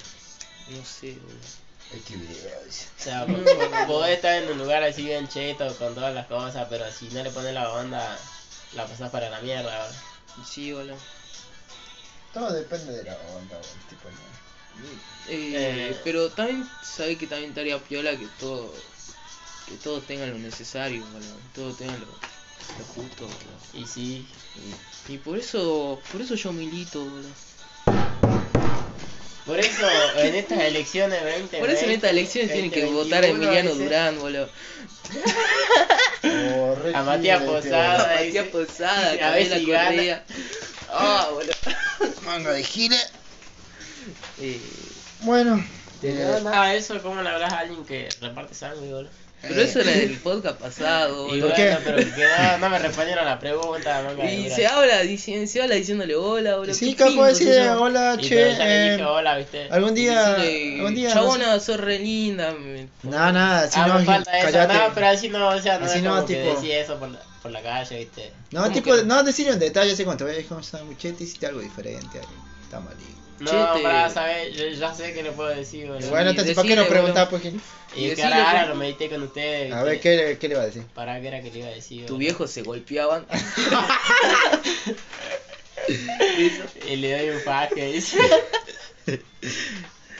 Speaker 1: No sé, boludo.
Speaker 4: güey. Es que video, dice.
Speaker 3: O sea, po- podés estar en un lugar así bien cheto con todas las cosas, pero si no le pones la onda, la pasás para la mierda. ¿no?
Speaker 1: Sí, boludo.
Speaker 4: Todo depende de la onda, güey. Tipo, no.
Speaker 1: Eh,
Speaker 3: Eh,
Speaker 1: pero también sabe que también estaría piola que todo que todos tengan lo necesario, boludo, todos tengan lo, lo justo, boludo.
Speaker 3: Y sí,
Speaker 1: Y, y por eso por eso yo milito, boludo.
Speaker 3: por eso en estas elecciones 2020,
Speaker 1: Por eso en estas elecciones tienen que
Speaker 3: 2021
Speaker 1: votar a Emiliano
Speaker 3: ese,
Speaker 1: Durán, boludo.
Speaker 4: Oh, re
Speaker 3: A Matías
Speaker 4: gira, este,
Speaker 3: Posada.
Speaker 1: A
Speaker 3: ese-
Speaker 1: Matías Posada,
Speaker 3: a
Speaker 1: a
Speaker 3: ver
Speaker 1: la
Speaker 3: si gana.
Speaker 1: Correa. Ah, boludo.
Speaker 4: güey. Manga de gira.
Speaker 1: Eh,
Speaker 4: Bueno, Eh, Tiene-
Speaker 3: Ah, eso, ¿cómo le hablas a alguien que reparte sangre, boludo?
Speaker 1: Pero eso era del podcast pasado.
Speaker 3: Y
Speaker 1: boludo.
Speaker 4: por qué?
Speaker 3: bueno, pero que no, no me respondieron la pregunta, manga de
Speaker 1: Y
Speaker 3: dura.
Speaker 1: se habla, dicen, se habla diciéndole hola, boludo.
Speaker 4: Sí,
Speaker 1: qué lindo,
Speaker 4: capaz decir
Speaker 1: boludo.
Speaker 4: hola,
Speaker 3: Y
Speaker 4: che.
Speaker 3: pero ya le
Speaker 4: eh,
Speaker 3: dije hola, ¿viste?
Speaker 4: algún día.
Speaker 1: Decirle,
Speaker 4: Algún día.
Speaker 1: Chabona, sos re linda. me-
Speaker 4: No, nada, si
Speaker 3: ah,
Speaker 4: no,
Speaker 3: me falta eso,
Speaker 4: callate.
Speaker 3: no, pero así no, o sea, no
Speaker 4: Así
Speaker 3: es
Speaker 4: no,
Speaker 3: como que
Speaker 4: tipo-
Speaker 3: decís eso por la, por la calle, ¿viste?
Speaker 4: No,
Speaker 1: ¿Cómo
Speaker 4: tipo,
Speaker 1: que?
Speaker 4: no decirle un detalle, así cuando te vayas con un sanguchete hiciste algo diferente, algo. Está mal.
Speaker 3: No,
Speaker 1: Chiste.
Speaker 3: para saber, yo ya sé que le puedo decir, boludo.
Speaker 4: Igual no
Speaker 1: y
Speaker 4: te ¿para qué no
Speaker 1: decile,
Speaker 4: preguntás?
Speaker 1: boludo.
Speaker 4: Pues, Gil?
Speaker 1: y
Speaker 3: y es que
Speaker 1: decirle,
Speaker 3: ahora, ahora
Speaker 1: pues.
Speaker 3: lo medité con ustedes.
Speaker 4: a
Speaker 3: ¿viste?
Speaker 4: ver, ¿qué, ¿qué le va a decir?
Speaker 3: Pará, ¿qué era que le iba a decir?
Speaker 1: Tu
Speaker 3: boludo?
Speaker 1: viejo se golpeaban.
Speaker 3: Y le doy un faje, dice.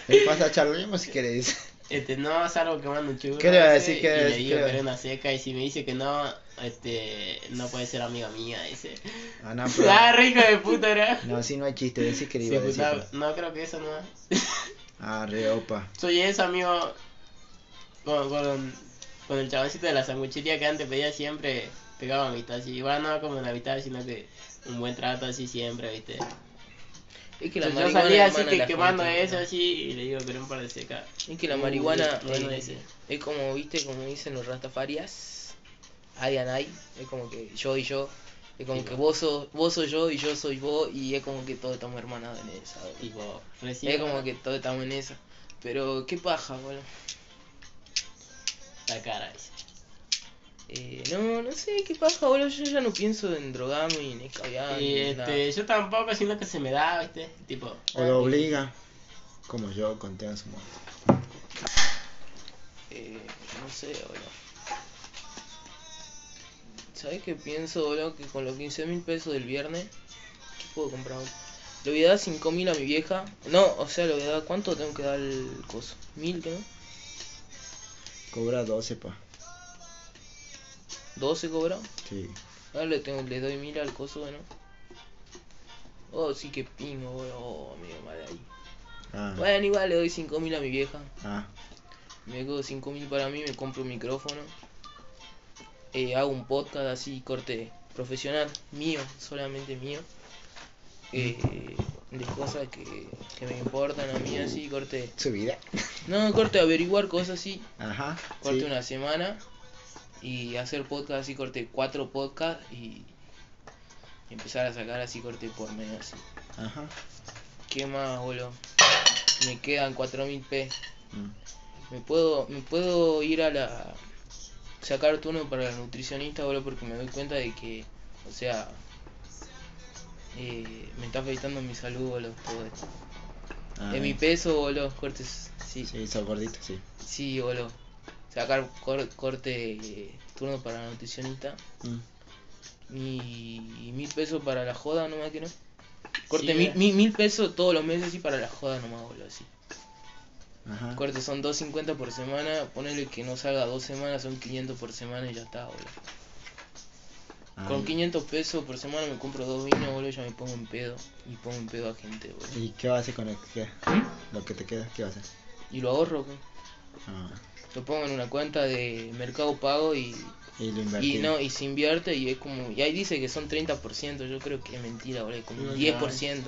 Speaker 4: Le pasa a charlemos si querés.
Speaker 3: Este, no, salvo que mando un churro.
Speaker 4: ¿Qué le va a
Speaker 3: dice,
Speaker 4: decir? ¿Qué le
Speaker 3: y
Speaker 4: va a
Speaker 3: le
Speaker 4: decir?
Speaker 3: digo
Speaker 4: ¿Qué
Speaker 3: que
Speaker 4: le va a
Speaker 3: era una seca y si me dice que no, este, no puede ser amiga mía, dice.
Speaker 4: Ah, no, pero-
Speaker 3: Ah, rico de puta, era.
Speaker 4: No, así no hay chiste, decís que le
Speaker 3: Se
Speaker 4: iba a decir.
Speaker 1: pues,
Speaker 4: pues?
Speaker 3: putaba- No, creo que eso no.
Speaker 4: Ah, re opa.
Speaker 3: Soy eso, amigo. Con, con, con el chaboncito de la sanguchería que antes pedía siempre, pegaba amistad así. Igual no como una amistad, sino que un buen trato así siempre, ¿viste?
Speaker 1: Es que la
Speaker 3: Yo
Speaker 1: marihuana
Speaker 3: salía así
Speaker 1: hermana
Speaker 3: que
Speaker 1: la
Speaker 3: quemando
Speaker 1: gente,
Speaker 3: eso
Speaker 1: boludo.
Speaker 3: así y le digo que era un par de seca.
Speaker 1: Es que la marihuana
Speaker 3: Uy, bueno,
Speaker 1: eh,
Speaker 3: ese.
Speaker 1: es como, viste, como dicen los rastafarias. Hay and I. Es como que yo y yo. Es como
Speaker 3: Sí.
Speaker 1: que vos sos, vos sos yo y yo soy vos. Y es como que todos estamos hermanados en esa. boludo.
Speaker 3: Tipo, recién.
Speaker 1: Es como que todos estamos en esa. Pero qué paja, boludo.
Speaker 3: La cara, dice.
Speaker 1: Eh, no, no sé qué paja, boludo. Yo ya no pienso en drogarme ni en escabiar.
Speaker 3: Y
Speaker 1: ni en nada.
Speaker 3: este, yo tampoco, sino que se me da, ¿viste? Tipo,
Speaker 4: O
Speaker 1: Ah,
Speaker 4: lo obliga. Como yo conté en su modo.
Speaker 1: Eh, no sé, boludo. ¿Sabes qué pienso, boludo? Que con los 15 mil pesos del viernes, ¿qué puedo comprar? boludo? Le voy a dar 5 mil a mi vieja. No, o sea, le voy a dar. ¿Cuánto tengo que dar el coso? ¿Mil, creo?
Speaker 4: Cobra 12, pa.
Speaker 1: ¿12 cobrado?
Speaker 4: Sí.
Speaker 1: Ahora Ah, le, tengo, le doy mil al coso, bueno. Oh, sí que pingo, boludo. Oh, amigo, mal ahí.
Speaker 4: Ah.
Speaker 1: Bueno, igual le doy 5 mil a mi vieja.
Speaker 4: Ah.
Speaker 1: Me quedo 5 mil para mí, me compro un micrófono. eh, hago un podcast así, corte profesional, mío, solamente mío. eh, de cosas que, que me importan a mí, así, corte.
Speaker 4: Su vida.
Speaker 1: No, corte averiguar cosas así,
Speaker 4: Ajá.
Speaker 1: corte
Speaker 4: sí.
Speaker 1: una semana y hacer podcast así, corte cuatro podcasts y empezar a sacar así, corte por medio así.
Speaker 4: Ajá.
Speaker 1: ¿Qué más, boludo? Me quedan 4 mil pesos.
Speaker 4: Mm.
Speaker 1: Me puedo, me puedo ir a la. sacar turno para la nutricionista, boludo, porque me doy cuenta de que. O sea. eh, me está afectando mi salud, boludo, todo esto.
Speaker 4: Ah,
Speaker 1: Eh, mi peso, boludo, cortes. Sí, sí,
Speaker 4: Sí, sos gordito, sí.
Speaker 1: boludo. Sacar cor- corte eh, turno para la nutricionista.
Speaker 4: Mm.
Speaker 1: Y, y mil pesos para la joda, nomás que no. Corte
Speaker 3: Sí,
Speaker 1: mil,
Speaker 3: eh.
Speaker 1: mil, mil pesos todos los meses y para la joda nomás, boludo, así.
Speaker 4: Ajá.
Speaker 1: Corte, son 2.50 por semana, ponele que no salga dos semanas, son 500 por semana y ya está, boludo.
Speaker 4: Ah,
Speaker 1: Con 500 pesos por semana me compro dos vinos, boludo, ya me pongo en pedo. Y pongo en pedo a gente, boludo.
Speaker 4: ¿Y qué vas a hacer con lo que queda? Lo que te queda, ¿qué vas a hacer?
Speaker 1: Y lo ahorro, boludo.
Speaker 4: Ah.
Speaker 1: Lo pongo en una cuenta de mercado pago y,
Speaker 4: Y lo invertí.
Speaker 1: y no, y se invierte y es como... Y ahí dice que son 30%, yo creo que es mentira, boludo, es como un
Speaker 3: No,
Speaker 1: 10%.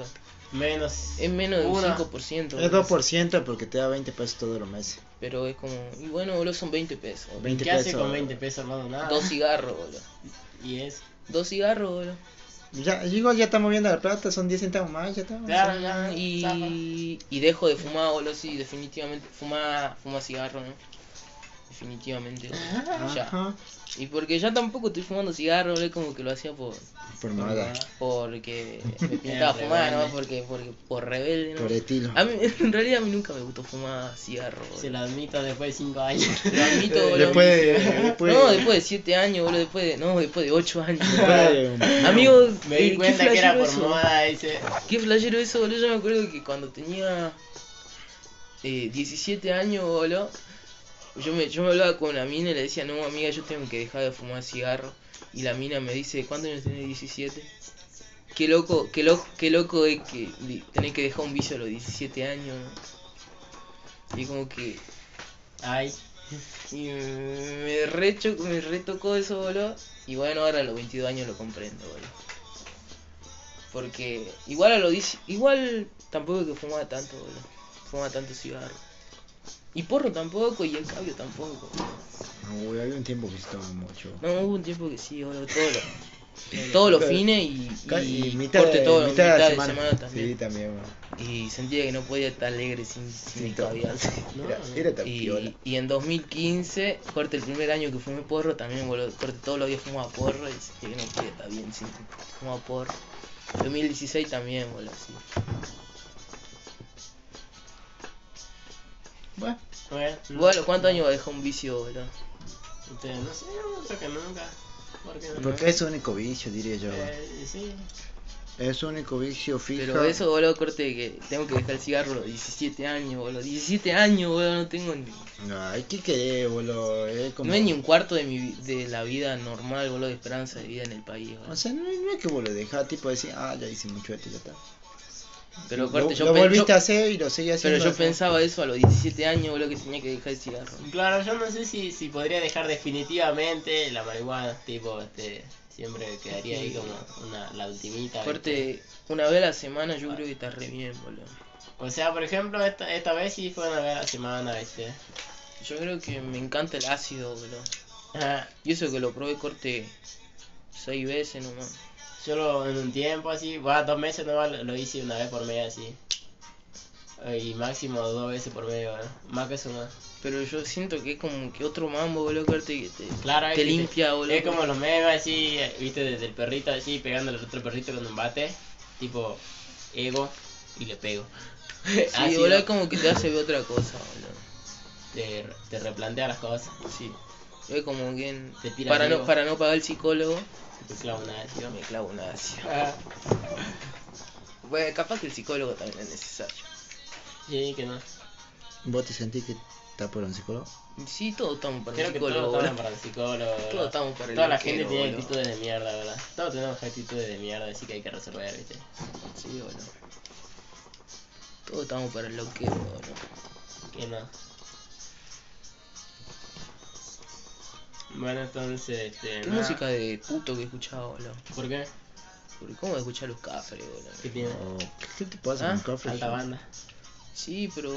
Speaker 3: menos.
Speaker 1: Es menos de un
Speaker 3: Una.
Speaker 1: 5%,
Speaker 4: Es
Speaker 1: boludo,
Speaker 4: 2% porque te da 20 pesos todos los meses.
Speaker 1: Pero es como... Y bueno, boludo, son 20 pesos. boludo.
Speaker 4: 20
Speaker 3: ¿Qué hace
Speaker 4: pesos.
Speaker 3: con 20 pesos, hermano? Nada.
Speaker 1: Dos cigarros, boludo.
Speaker 3: Y es.
Speaker 1: Dos cigarros, boludo.
Speaker 4: Ya, igual ya estamos viendo la plata, son 10 centavos más, ya estamos.
Speaker 3: Claro, ya. zafa.
Speaker 1: Ah, y, y dejo de fumar, boludo, sí, definitivamente. Fuma, fuma cigarro, ¿no? Definitivamente.
Speaker 3: Ah.
Speaker 1: boludo, Ya.
Speaker 4: Ajá.
Speaker 1: Y porque ya tampoco estoy fumando cigarro, boludo, como que lo hacía por
Speaker 4: Por nada.
Speaker 1: Ah, porque me pintaba
Speaker 3: Era
Speaker 1: fumar, ¿no?
Speaker 3: rebelde.
Speaker 1: Porque, porque por rebelde, ¿no?
Speaker 4: Por este, estilo.
Speaker 1: A mí, en realidad a mí nunca me gustó fumar cigarro, boludo.
Speaker 3: Se lo admito después de 5 años.
Speaker 1: Lo admito, boludo.
Speaker 4: Después de. Después
Speaker 1: No, después de 7 años, boludo, después de... No, después de 8 años.
Speaker 4: Después de un-
Speaker 1: Amigos,
Speaker 3: Me
Speaker 1: eh,
Speaker 3: di
Speaker 1: qué
Speaker 3: cuenta que era
Speaker 1: flashero
Speaker 3: por
Speaker 1: eso.
Speaker 3: moda ese.
Speaker 1: Qué flashero eso, boludo. Yo me acuerdo que cuando tenía eh, 17 años, boludo, yo me, yo me hablaba con una mina y le decía, no, amiga, yo tengo que dejar de fumar cigarro. Y la mina me dice, ¿cuántos años tenés? 17. Qué loco, qué loco, qué loco es que di- tenés que dejar un vicio a los 17 años, ¿no? Y como que
Speaker 3: Ay.
Speaker 1: y me, recho, me retocó eso, boludo. Y bueno, ahora a los 22 años lo comprendo, boludo. Porque igual a los 10 igual tampoco es que fumaba tanto, boludo. Fumaba tanto cigarro. Y Porro tampoco, y el Cabio tampoco.
Speaker 4: No, güey, había un tiempo que se tomaba mucho.
Speaker 1: No, hubo un tiempo que sí, ahora todos los, todos los fines y, y, corte todo, mitad, de semana,
Speaker 4: Sí,
Speaker 1: también.
Speaker 4: también, güey.
Speaker 1: Y sentía que no podía estar alegre sin, sin el Cabio.
Speaker 4: Era, era tan piola.
Speaker 1: Y, y en 2015, corte el primer año que fumé porro, también boludo, corte todos los días fumaba porro y sentía que no podía estar bien sin fumaba porro. 2016 también, boludo, sí.
Speaker 4: Bueno,
Speaker 3: Bueno, no.
Speaker 1: Bueno, ¿cuántos años dejó un vicio, boludo?
Speaker 3: Entonces, no sé, yo creo que nunca. ¿Por qué no?
Speaker 4: porque es su único vicio, diría yo.
Speaker 3: Eh, sí.
Speaker 4: Es su único vicio fijo.
Speaker 1: Pero eso, boludo, corte que tengo que dejar el cigarro a los 17 años, boludo. 17 años, boludo, no tengo ni...
Speaker 4: No, hay que querer, boludo. Es como...
Speaker 1: No es ni un cuarto de, mi, vi- de la vida normal, boludo, de esperanza de vida en el país, boludo.
Speaker 4: O sea, no, no es que vos lo dejás, tipo decir, ah, ya hice mucho esto y ya está.
Speaker 1: Pero
Speaker 4: Lo,
Speaker 1: corte, yo,
Speaker 4: lo
Speaker 1: pen-
Speaker 4: volviste
Speaker 1: yo-
Speaker 4: a hacer y lo seguías haciendo.
Speaker 1: pero yo
Speaker 4: así.
Speaker 1: pensaba eso a los 17 años, boludo, que tenía que dejar el cigarro.
Speaker 3: Claro, yo no sé si, si podría dejar definitivamente la marihuana, tipo, este, siempre quedaría ahí como una, la ultimita. ¿viste?
Speaker 1: Corte, una vez a la semana yo creo que está re bien, boludo.
Speaker 3: O sea, por ejemplo, esta, esta vez sí fue una vez a la semana, ¿viste?
Speaker 1: Yo creo que me encanta el ácido, boludo.
Speaker 3: Ajá.
Speaker 1: Y eso que lo probé corte 6 veces nomás.
Speaker 3: Yo lo, en un tiempo así, va, dos meses nomás lo, lo hice una vez por medio así. Y máximo dos veces por medio, ¿no? Más que eso no.
Speaker 1: Pero yo siento que es como que otro mambo, boludo, corte que te,
Speaker 3: Claro, es
Speaker 1: te
Speaker 3: que
Speaker 1: limpia, boludo.
Speaker 3: Es como los memes así, viste, desde el perrito así, pegándole al otro perrito con un bate, tipo ego, y le pego.
Speaker 1: Sí,
Speaker 3: Ácido.
Speaker 1: boludo, es como que te hace ver otra cosa, boludo.
Speaker 3: Te, te replantea las cosas,
Speaker 1: Sí. Es como que en-
Speaker 3: Te tira
Speaker 1: para,
Speaker 3: arriba.
Speaker 1: no, para no pagar el psicólogo,
Speaker 3: te clava un ácido.
Speaker 1: me clavo un ácido.
Speaker 3: Ah,
Speaker 1: Bueno, capaz que el psicólogo también es necesario.
Speaker 3: sí, que no.
Speaker 4: ¿Vos te sentís que está por un psicólogo?
Speaker 1: Sí, todos estamos para el
Speaker 3: Creo que todos
Speaker 1: psicólogo,
Speaker 3: estamos
Speaker 1: boludo.
Speaker 3: para el psicólogo. ¿verdad?
Speaker 1: Todos estamos para el
Speaker 3: Toda la
Speaker 1: loquero,
Speaker 3: gente tiene
Speaker 1: boludo.
Speaker 3: actitudes de mierda, ¿verdad? Todos tenemos actitudes de mierda, así que hay que resolver, viste.
Speaker 1: Sí, boludo. Todos estamos para el loquero, boludo.
Speaker 3: Que no. Bueno, entonces, este.
Speaker 1: Qué
Speaker 3: nada.
Speaker 1: música de puto que escuchaba, boludo.
Speaker 3: ¿Por qué?
Speaker 1: Porque cómo escuchar los cafres, boludo.
Speaker 3: ¿Qué tiene?
Speaker 4: No, ¿Qué te pasa
Speaker 1: ¿Ah?
Speaker 4: con Cafre?
Speaker 3: Alta banda.
Speaker 1: Sí, pero.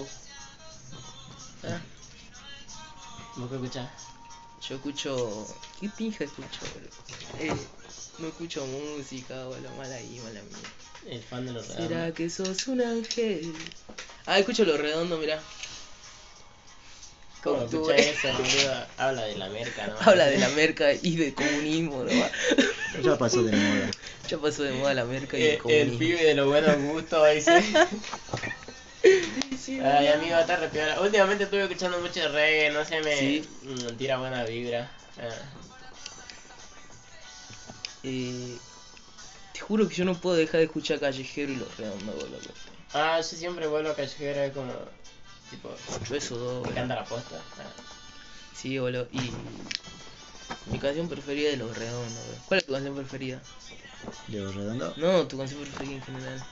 Speaker 1: Ah,
Speaker 3: ¿Vos qué escuchás?
Speaker 1: yo escucho. ¿Qué pija escucho, boludo? Eh, no escucho música, boludo. Mala ahí, mala mía.
Speaker 3: El fan de los
Speaker 1: ¿Será
Speaker 3: redondos.
Speaker 1: que sos un ángel? Ah, escucho lo redondo, mirá.
Speaker 3: ¿Cómo
Speaker 1: Como tú,
Speaker 3: escuchás
Speaker 1: eh.
Speaker 3: eso, boludo? Habla de la merca, ¿no?
Speaker 1: Habla de la merca y del comunismo, ¿no?
Speaker 4: Ya pasó de moda.
Speaker 1: Ya pasó de moda la merca y
Speaker 3: Eh,
Speaker 1: el
Speaker 3: el
Speaker 1: comunismo.
Speaker 3: pibe de los buenos gustos, dice. Ay, amigo, está re piola. Últimamente estuve escuchando mucho reggae, no sé, me
Speaker 1: Sí.
Speaker 3: mm, tira buena vibra. Ah.
Speaker 1: Eh, te juro que yo no puedo dejar de escuchar Callejero y los redondos, boludo. corte.
Speaker 3: Ah, yo siempre vuelvo a callejero, es como. Tipo,
Speaker 1: Yo esos dos,
Speaker 3: me
Speaker 1: boludo.
Speaker 3: encanta la posta. Ah.
Speaker 1: Sí, boludo. Y mi canción preferida de los redondos, boludo. ¿Cuál es tu canción preferida?
Speaker 4: Diego Redondo.
Speaker 1: No, tu canción preferida en general.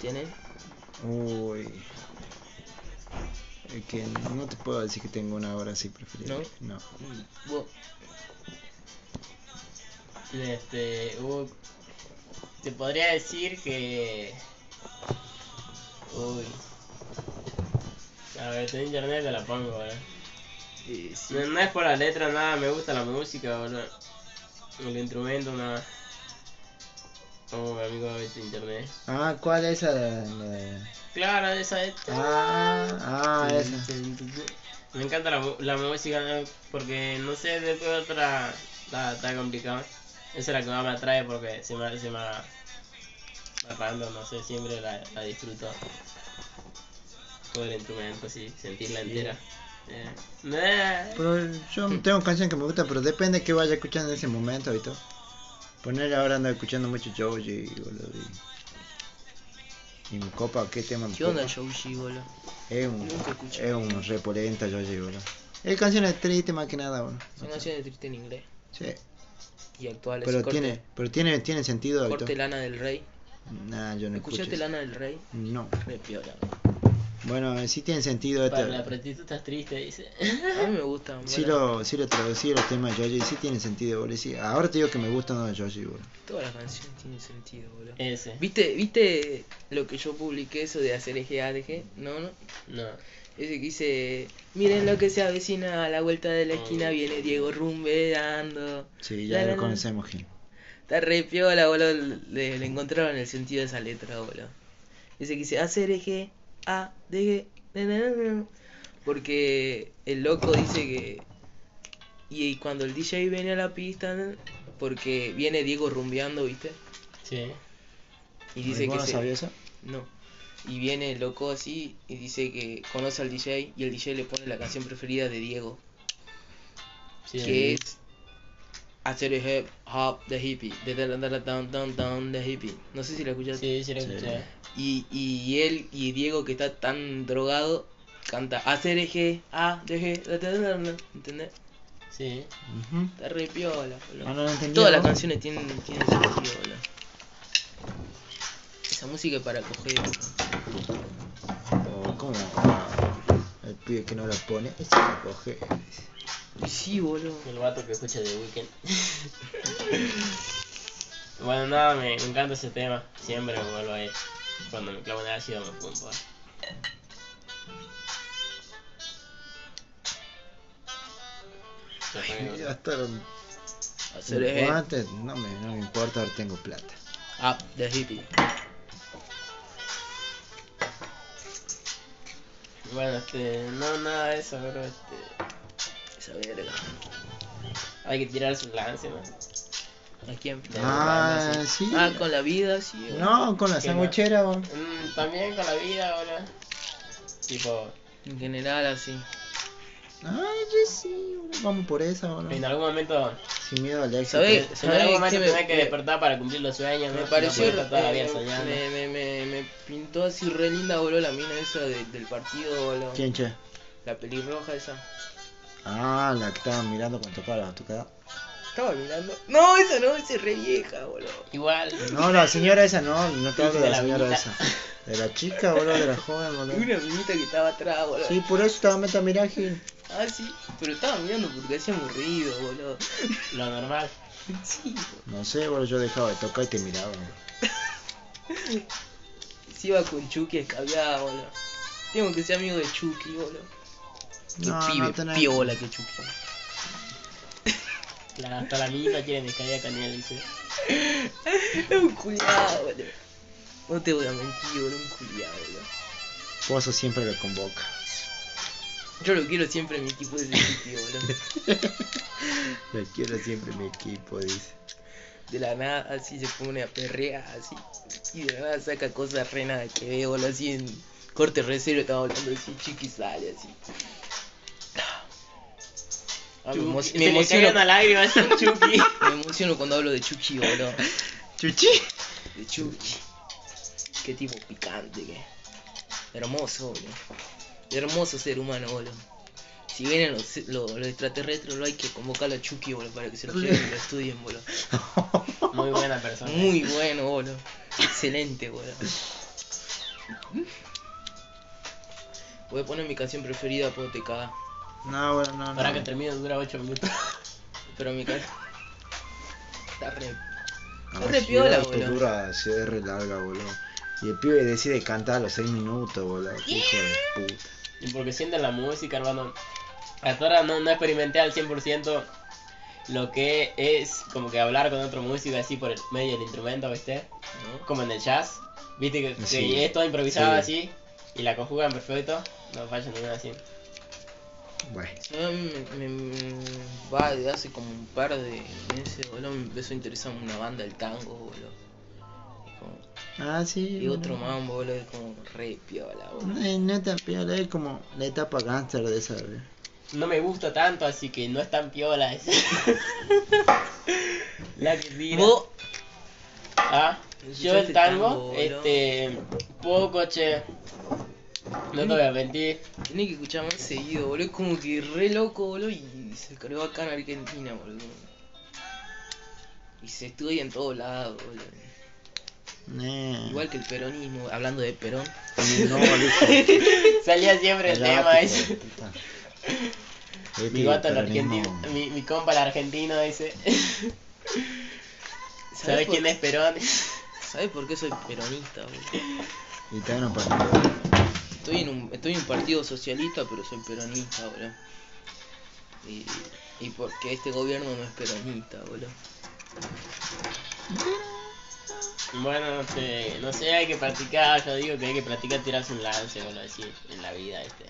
Speaker 1: ¿Tienes?
Speaker 4: Uy. Es que no te puedo decir que tengo una hora así preferida. No.
Speaker 1: Mm, vos-
Speaker 3: Este. uh, te podría decir que. Uy. A ver, estoy en internet, te la pongo, boludo.
Speaker 1: eh, sí.
Speaker 3: No, no es por la letra, nada, me gusta la música, boludo. El instrumento, nada. Oh, amigo, este internet.
Speaker 4: Ah, ¿cuál es esa? La- la-
Speaker 3: Claro, esa es.
Speaker 4: Ah, ah, esa.
Speaker 3: Me encanta la, mu- la música ¿no? porque no sé de qué otra está, está complicado. Esa es la que más me atrae porque se me se me me random, no sé, siempre la, la disfruto. Todo el instrumento, sí, sentirla entera. Eh, nah.
Speaker 4: Pero yo tengo canciones que me gustan, pero depende de qué vaya escuchando en ese momento y todo. Poner ahora ando escuchando mucho Joji, boludo. Y, y me copa, ¿qué tema me
Speaker 1: ¿Qué onda
Speaker 4: copa?
Speaker 1: Yoshi, boludo?
Speaker 4: Es un,
Speaker 1: Nunca escuché.
Speaker 4: es un repolenta Joji, boludo. Es canciones tristes más que nada, boludo.
Speaker 1: Son canciones tristes en inglés
Speaker 4: Sí,
Speaker 1: y actuales.
Speaker 4: pero
Speaker 1: corte,
Speaker 4: tiene, pero tiene, tiene sentido y todo.
Speaker 1: corte Lana del Rey.
Speaker 4: Nah, yo no escucho.
Speaker 1: ¿Escuchaste
Speaker 4: eso.
Speaker 1: Lana del Rey?
Speaker 4: No.
Speaker 1: Me piola.
Speaker 4: Bueno, eh, sí tiene sentido
Speaker 3: Para la
Speaker 4: esto.
Speaker 3: prostituta estás triste, dice.
Speaker 1: A mí me gusta.
Speaker 4: Sí
Speaker 1: boludo.
Speaker 4: lo, sí lo traducí los temas de Joji, sí tiene sentido, boludo. Sí, ahora te digo que me gustan los de Joji, boludo.
Speaker 1: Todas las canciones tienen sentido, boludo.
Speaker 3: Ese.
Speaker 1: ¿Viste, ¿Viste lo que yo publiqué eso de hacer eje ADG? No, no.
Speaker 3: No.
Speaker 1: Ese que dice, miren lo que se avecina, a la vuelta de la esquina viene Diego rumbeando.
Speaker 4: Oh. Sí, ya
Speaker 1: La, la,
Speaker 4: lo
Speaker 1: la.
Speaker 4: conocemos, Gil.
Speaker 1: Está re piola, boludo. Le, le encontraron el sentido de esa letra, boludo. Dice que dice A, C, R, G, A, D, G, na, na, na, na. Porque el loco dice que. Y, y cuando el DJ viene a la pista, na, porque viene Diego rumbeando, ¿viste?
Speaker 3: Sí.
Speaker 1: Y dice que.
Speaker 4: ¿Vos no
Speaker 1: se-
Speaker 4: sabías eso?
Speaker 1: No. Y viene el loco así y dice que conoce al DJ y el DJ le pone la canción preferida de Diego,
Speaker 3: Sí.
Speaker 1: que es hacer el hip hop the hippie, de da- da- da- da- down down down the hippie. No sé si la escuchaste.
Speaker 3: Sí, sí, lo
Speaker 4: Sí.
Speaker 3: escuché.
Speaker 1: Y, y él y Diego, que está tan drogado, canta ACRG, A, D, G, da, da, da, da, da", ¿entendés?
Speaker 3: Sí.
Speaker 4: Ujú.
Speaker 1: Está re piola, boludo.
Speaker 4: Ah, no lo entendí,
Speaker 1: Todas las
Speaker 4: ¿no?
Speaker 1: canciones tienen, tienen sentido, boludo. Esa música es para coger, boludo.
Speaker 4: O como el pibe que no la pone, se la coge.
Speaker 1: Y sí, boludo.
Speaker 3: El vato que escucha The Weeknd. bueno, nada, me, me encanta ese tema. Siempre me vuelvo a él. Cuando me clavo en el ácido me pongo.
Speaker 4: Ya estaron
Speaker 1: ACRG,
Speaker 4: guantes, no me, no me importa, ahora tengo plata.
Speaker 1: A, The Ah, Hippie.
Speaker 3: Bueno, este, no, nada de eso, bro. Este,
Speaker 1: Esa verga.
Speaker 3: hay que tirarse un lance, ¿no?
Speaker 1: ¿A quién?
Speaker 3: De
Speaker 4: Ah,
Speaker 3: verdad,
Speaker 4: sí.
Speaker 1: Ah, con la vida, sí. boludo.
Speaker 4: No, con la
Speaker 3: Que no.
Speaker 4: sanguchera, vos.
Speaker 3: Mm, también con la vida, ahora. Tipo,
Speaker 1: En general, así.
Speaker 4: Ah, yo sí, boludo, vamos por esa, boludo.
Speaker 3: en algún momento
Speaker 4: Sin miedo al éxito.
Speaker 1: ¿Sabés?
Speaker 3: En algún momento
Speaker 1: que me-
Speaker 3: tenés que
Speaker 1: me-
Speaker 3: despertar para cumplir los sueños.
Speaker 1: Me
Speaker 3: ¿no?
Speaker 1: pareció.
Speaker 3: No puedes estar todavía
Speaker 1: eh,
Speaker 3: soñando.
Speaker 1: me, me, me, me pintó así re linda, boludo, la mina esa de- del partido, boludo.
Speaker 4: ¿Quién, che?
Speaker 1: La pelirroja esa.
Speaker 4: Ah, la que estaba mirando cuando tocaba la tocada.
Speaker 1: Estaba mirando. No, esa no, esa es re vieja, boludo.
Speaker 3: Igual.
Speaker 4: No, la señora esa, no, no te hablo de
Speaker 3: De
Speaker 4: la
Speaker 3: la
Speaker 4: señora
Speaker 3: minita.
Speaker 4: esa. De la chica, boludo, de la joven,
Speaker 1: Y
Speaker 4: boludo.
Speaker 1: una minita que estaba atrás, boludo.
Speaker 4: Sí, por eso estaba meta miraje.
Speaker 1: Ah, sí. Pero estaba mirando porque hacía aburrido, boludo.
Speaker 3: Lo normal.
Speaker 1: Sí, boludo.
Speaker 4: No sé, boludo, yo dejaba de tocar y te miraba. boludo.
Speaker 1: Se iba con Chucky escabiada, boludo. Tengo que ser amigo de Chucky, boludo. Qué
Speaker 4: No, no
Speaker 1: pibe,
Speaker 4: tenés-
Speaker 1: piola que Chucky.
Speaker 3: La, hasta la misma quieren descargar con él, dice.
Speaker 1: Es un culiado, boludo. No te voy a mentir, boludo, un culiado, boludo.
Speaker 4: Pozo siempre lo convoca.
Speaker 1: Yo lo quiero siempre en mi equipo de sitio, boludo.
Speaker 4: Lo quiero siempre en mi equipo, dice.
Speaker 1: De la nada así se pone a perrear así. Y de la nada saca cosas re nada que veo, boludo, así en corte re serio estaba hablando así, chiqui sale así. Ah, me,
Speaker 3: Chucky.
Speaker 1: emo-
Speaker 3: Se
Speaker 1: me
Speaker 3: le cae una
Speaker 1: emociono,
Speaker 3: lágrima así, Chucky.
Speaker 1: me emociono cuando hablo de Chucky, boludo.
Speaker 4: Chuchi.
Speaker 1: De Chucky. Qué tipo picante que. es. Hermoso, boludo. Hermoso ser humano, boludo. Si vienen los, los, los extraterrestres, boludo, hay que convocarlo a Chucky, boludo, para que se lo lleven y lo estudien, boludo.
Speaker 3: Muy buena persona.
Speaker 1: Muy bueno, boludo. Excelente, boludo. Voy a poner mi canción preferida por te cagas.
Speaker 4: No, bueno, no, no.
Speaker 3: Para que termine dura 8 minutos.
Speaker 1: Pero mi canción. Está re.
Speaker 4: No,
Speaker 1: Es re
Speaker 4: si
Speaker 1: piola,
Speaker 4: era esto
Speaker 1: boludo.
Speaker 4: dura, si es re larga, boludo. Y el pibe decide cantar a los 6 minutos, boludo. Qué Hijo de puta.
Speaker 3: Y porque sienten la música, hermano. Hasta ahora no, no experimenté al 100% lo que es como que hablar con otro músico así por el medio del instrumento, ¿viste?
Speaker 1: ¿no?
Speaker 3: Como en el jazz. ¿Viste que, que
Speaker 4: Sí.
Speaker 3: es todo improvisado
Speaker 4: Sí.
Speaker 3: así? Y la conjugan perfecto. No falla ninguna así.
Speaker 4: Bueno.
Speaker 1: Yo me, me- me- va de hace como un par de meses, boludo. Me empezó a interesar una banda del tango, boludo. Y como-
Speaker 4: Ah, sí.
Speaker 1: Y otro
Speaker 4: boludo.
Speaker 1: mambo, boludo, es como re piola, boludo.
Speaker 4: No es neta piola, es como la etapa gánster de esa, boludo.
Speaker 3: No me gusta tanto, así que no es tan piola ese. la que tira.
Speaker 1: Vos,
Speaker 3: Ah, yo
Speaker 1: ¿Escuchaste
Speaker 3: el tango,
Speaker 1: tango,
Speaker 3: este, poco, che. No te voy a mentir.
Speaker 1: tenés que escuchar más seguido, boludo. Es como que re loco, boludo. Y se cargó acá en Argentina, boludo. Y se estudia en todos lados, boludo.
Speaker 4: Nah.
Speaker 1: Igual que el peronismo, hablando de Perón.
Speaker 4: No, boludo.
Speaker 3: Salía siempre el tema ese.
Speaker 4: Este
Speaker 3: Mi gato el argentino,
Speaker 4: argentino.
Speaker 3: mi, mi compa el argentino ese. ¿Sabes
Speaker 1: por-
Speaker 3: quién es Perón?
Speaker 1: ¿Sabés por qué soy peronista, boludo?
Speaker 4: Y te van a parar.
Speaker 1: Estoy en un, estoy en un partido socialista, pero soy peronista, boludo. Y, y porque este gobierno no es peronista, boludo.
Speaker 3: Bueno, no sé, no sé, hay que practicar, yo digo que hay que practicar tirarse un lance, boludo, así, en la vida, este.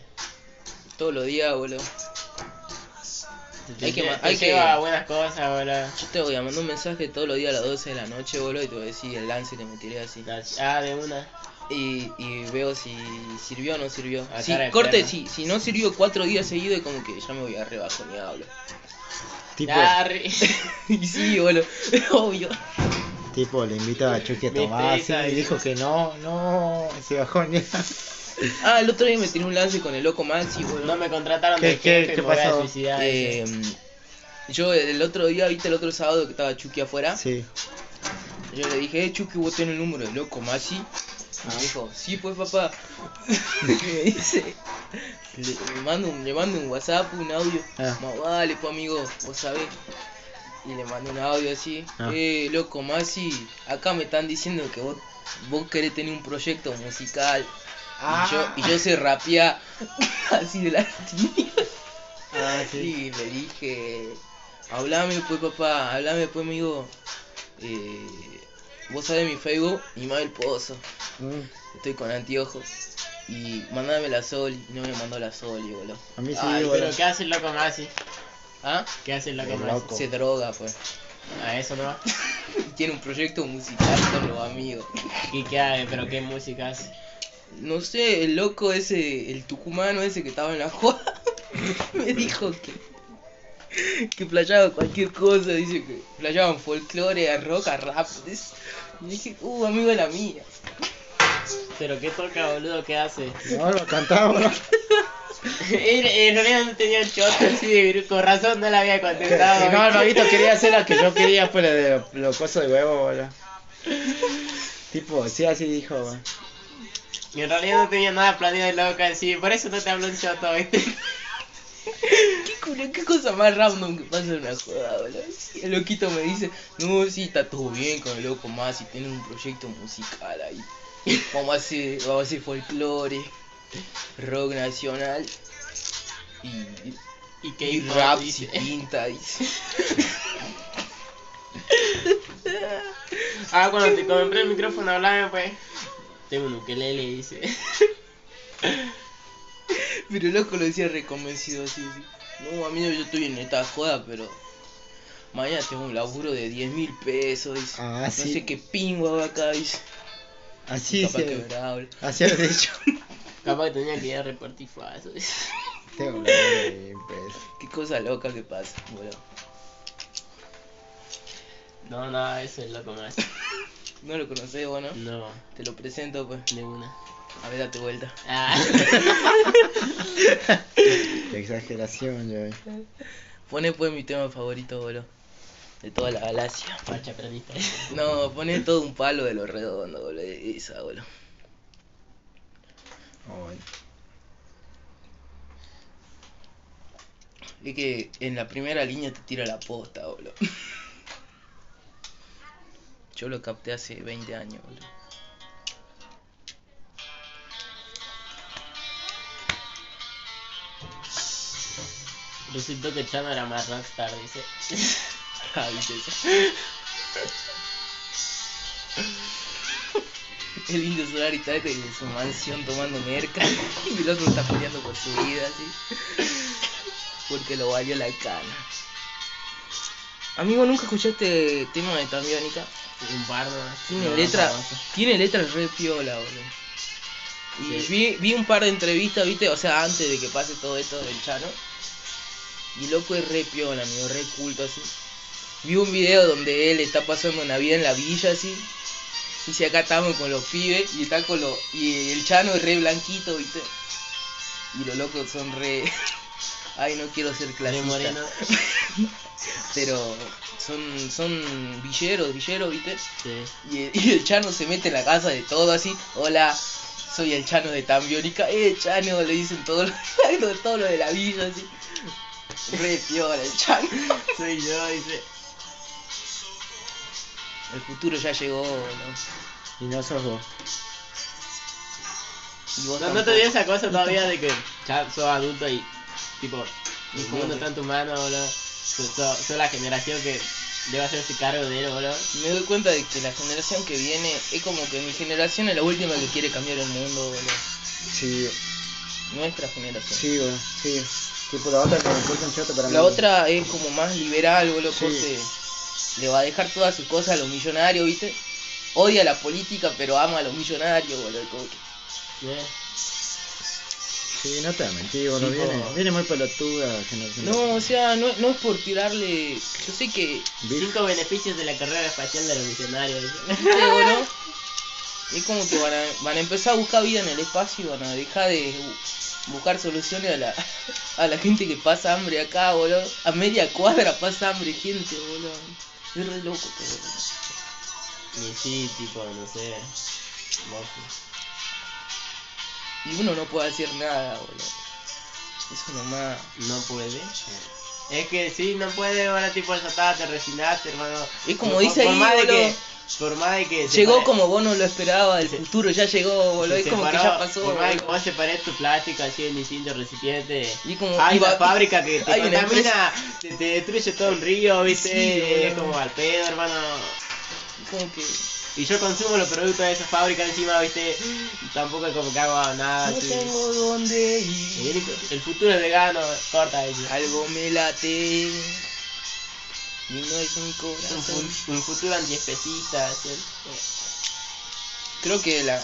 Speaker 1: Todos los días, boludo.
Speaker 3: Te-
Speaker 1: Hay que
Speaker 3: te-
Speaker 1: ma-
Speaker 3: te
Speaker 1: hay que-
Speaker 3: lleva a buenas cosas, boludo.
Speaker 1: Yo te voy a mandar un mensaje todos los días a las 12 de la noche, boludo, y te voy a decir el lance que me tiré así.
Speaker 3: La- Ah, de una.
Speaker 1: Y, y veo si sirvió o no sirvió.
Speaker 3: Ah,
Speaker 1: Si,
Speaker 3: cara de
Speaker 1: corte,
Speaker 3: perro.
Speaker 1: si, si no sirvió cuatro días seguidos, es como que ya me voy a rebajo ni hablo.
Speaker 2: Tipo,
Speaker 3: Ya, ri-
Speaker 1: y sí, boludo, obvio.
Speaker 2: tipo le invita a Chucky a
Speaker 3: Viste,
Speaker 2: tomar así
Speaker 3: esa,
Speaker 2: y dijo que no, no, se bajó ni
Speaker 1: Ah, el otro día me tiré un lance con el loco Maxi, boludo.
Speaker 3: no me contrataron
Speaker 2: ¿Qué-
Speaker 3: de
Speaker 2: qué-
Speaker 3: jefe,
Speaker 2: qué
Speaker 3: me voy a
Speaker 2: pasó?
Speaker 3: suicidar.
Speaker 1: Eh, yo el otro día, viste el otro sábado que estaba Chucky afuera,
Speaker 2: Sí.
Speaker 1: yo le dije, eh, Chucky, vos tenés el número de loco Maxi.
Speaker 2: Ah.
Speaker 1: Y me dijo, sí, pues papá. y me dice, le, le mando un, le mando un WhatsApp, un audio.
Speaker 2: Ah.
Speaker 1: Más vale, pues amigo, vos sabés. Y le mando un audio así,
Speaker 2: Ah.
Speaker 1: eh, loco Maxi, acá me están diciendo que vos, vos querés tener un proyecto musical. Y, yo, y yo se rapía así de la
Speaker 2: Ah,
Speaker 1: Sí, le dije, hablame pues papá, hablame pues amigo. Eh, vos sabés mi Facebook, Imael Pozo,
Speaker 2: Mm,
Speaker 1: estoy con anteojos. Y mandame la Soli, y no me mandó la Soli, boludo.
Speaker 2: A mí sí,
Speaker 3: Ay,
Speaker 2: boludo.
Speaker 3: pero ¿qué hace el loco Masi?
Speaker 1: ¿Ah?
Speaker 3: ¿Qué hace el loco
Speaker 2: El
Speaker 3: Masi?
Speaker 2: loco.
Speaker 1: Se droga, pues.
Speaker 3: A eso no va.
Speaker 1: Tiene un proyecto musical con los amigos.
Speaker 3: ¿Y qué hace? ¿Pero qué música hace?
Speaker 1: No sé, el loco ese, el tucumano ese que estaba en la joda, me dijo que, que playaba cualquier cosa, dice que playaban folclore, a rock, a rap. dice. Y dije, uh, amigo de la mía.
Speaker 3: ¿Pero qué toca, boludo? ¿Qué hace?
Speaker 2: No, lo cantaba, bro.
Speaker 3: en en realidad no tenía el choto así de virus, con razón no la había contestado.
Speaker 2: no, el vaguito quería hacer la que yo quería, pues la de los cosos de huevo, boludo. Tipo, sí, así dijo, boludo.
Speaker 3: Y en realidad no tenía nada planeado el loco así, por eso no te habló un choto, ¿viste?
Speaker 1: ¿Qué, culo- qué cosa más random que pasa en una joda, boludo? Sí, El loquito me dice, no, sí, está todo bien con el loco más y tiene un proyecto musical ahí. Vamos a hacer, vamos a hacer folclore, rock nacional y
Speaker 3: Y que
Speaker 1: Y
Speaker 3: hizo,
Speaker 1: rap
Speaker 3: dice.
Speaker 1: si pinta, dice.
Speaker 3: Ah, cuando te compré el micrófono, hablame pues. Tengo un ukelele, dice.
Speaker 1: Pero loco lo decía reconvencido así, así. No, amigo, yo estoy en esta joda, pero mañana tengo un laburo de 10 mil pesos, dice.
Speaker 2: Ah,
Speaker 1: no
Speaker 2: sí.
Speaker 1: sé qué pingo hago acá, dice.
Speaker 2: Así,
Speaker 1: Capaz
Speaker 2: sí,
Speaker 1: quebrable.
Speaker 2: así has dicho.
Speaker 3: Capaz que tenía que ir a repartir falsos. dice.
Speaker 2: Tengo un pues.
Speaker 1: Qué cosa loca que pasa, boludo.
Speaker 3: No, no, eso es loco más.
Speaker 1: No lo conocés vos, ¿no?
Speaker 3: No,
Speaker 1: Te lo presento, pues.
Speaker 3: de una.
Speaker 1: A ver, date vuelta.
Speaker 3: Ah.
Speaker 2: Qué exageración, yo. eh.
Speaker 1: Pone, pues, mi tema favorito, boludo. De toda la galaxia.
Speaker 3: Facha peronista.
Speaker 1: No, pone todo un palo de lo redondo, boludo. Esa, boludo.
Speaker 2: Ay.
Speaker 1: Es que en la primera línea te tira la posta, boludo. Yo lo capté hace 20 años, boludo.
Speaker 3: Resultó que Chano era más rockstar, dice.
Speaker 1: Ah, ¿viste eso? El indio solar está en este su mansión tomando merca y el otro está peleando por su vida, así. Porque lo valió la cana. Amigo, ¿nunca escuchaste tema de Tambiónica?
Speaker 3: Un bardo.
Speaker 1: Tiene
Speaker 3: no,
Speaker 1: letra,
Speaker 3: famoso.
Speaker 1: tiene letra re piola, boludo. Y vi, vi un par de entrevistas, viste, o sea, antes de que pase todo esto del Chano. Y el loco es re piola, amigo, re culto así. Vi un video donde él está pasando una vida en la villa así. Y si acá estamos con los pibes y está con los. Y el Chano es re blanquito, viste. Y los locos son re. Ay, no quiero ser
Speaker 3: De
Speaker 1: clasista.
Speaker 3: moreno.
Speaker 1: Pero son, son villeros, villeros, viste.
Speaker 3: Sí.
Speaker 1: Y el, y el Chano se mete en la casa de todo así. Hola, soy el Chano de Tambiónica. Eh, Chano, le dicen todo lo, todo lo de la villa así. Re piola el Chano.
Speaker 3: Soy yo, dice.
Speaker 1: El futuro ya llegó, ¿no?
Speaker 2: Y no sos vos.
Speaker 1: Y vos
Speaker 3: No, no te
Speaker 1: tampoco.
Speaker 3: dio esa cosa todavía de que ya sos adulto y tipo, el
Speaker 1: Hijo
Speaker 3: mundo
Speaker 1: de-
Speaker 3: está en tus manos, boludo. Sos, sos- sos la generación que debe hacerse cargo de él, boludo.
Speaker 1: Me doy cuenta de que la generación que viene es como que mi generación es la última que quiere cambiar el mundo, boludo.
Speaker 2: Sí,
Speaker 1: Nuestra generación.
Speaker 2: sí, güey, sí.
Speaker 4: Tipo la otra que me importa un choto para mí.
Speaker 1: La otra es como más liberal, boludo,
Speaker 2: Sí.
Speaker 1: corte. Le va a dejar todas sus cosas a los millonarios, ¿viste? Odia la política, pero ama a los millonarios, boludo. como que-
Speaker 3: Eh,
Speaker 2: Sí, no te voy a mentir, boludo.
Speaker 3: Tipo-
Speaker 2: Viene, viene muy pelotuda generación.
Speaker 1: No, o sea, no, no es por tirarle... Yo sé que...
Speaker 2: Bill,
Speaker 3: Cinco beneficios de la carrera espacial ¿eh? de los misionarios.
Speaker 1: ¿viste, boludo? Es como que van a, van a empezar a buscar vida en el espacio y van a dejar de bu- buscar soluciones a la, a la gente que pasa hambre acá, boludo. A media cuadra pasa hambre gente, boludo. Es re loco, boludo.
Speaker 3: Y sí, tipo, no sé. vos-
Speaker 1: Y uno no puede hacer nada, boludo. Eso nomás.
Speaker 3: No puede. Es que sí, no puede, ahora tipo, ya está, te resignaste, hermano.
Speaker 1: Es como
Speaker 3: Por-
Speaker 1: dice
Speaker 3: por
Speaker 1: ahí,
Speaker 3: más de
Speaker 1: boludo.
Speaker 3: que, Por más de que... se
Speaker 1: Llegó
Speaker 3: pare-
Speaker 1: como vos no lo esperabas, el
Speaker 3: Se-
Speaker 1: futuro ya llegó, boludo. Es
Speaker 3: se
Speaker 1: como que
Speaker 3: separó,
Speaker 1: ya pasó,
Speaker 3: Por más de que
Speaker 1: boludo.
Speaker 3: vos separés tu plástico así en distintos recipientes.
Speaker 1: Y como-
Speaker 3: hay
Speaker 1: y
Speaker 3: una
Speaker 1: va-
Speaker 3: fábrica que te
Speaker 1: hay una
Speaker 3: contamina, te, te destruye todo un río, viste.
Speaker 1: Sí, boludo.
Speaker 3: es como al pedo, hermano.
Speaker 1: Es como que.
Speaker 3: Y yo consumo los productos de esa fábrica encima, viste. Y Tampoco es como que hago nada.
Speaker 1: no
Speaker 3: así.
Speaker 1: tengo dónde
Speaker 3: Y
Speaker 1: ir.
Speaker 3: El, el futuro es vegano, corta eso.
Speaker 1: Algo me late. Y no es mi
Speaker 3: Un,
Speaker 1: corazón.
Speaker 3: fu- un futuro antiespecista, ¿cierto?
Speaker 1: Creo que la.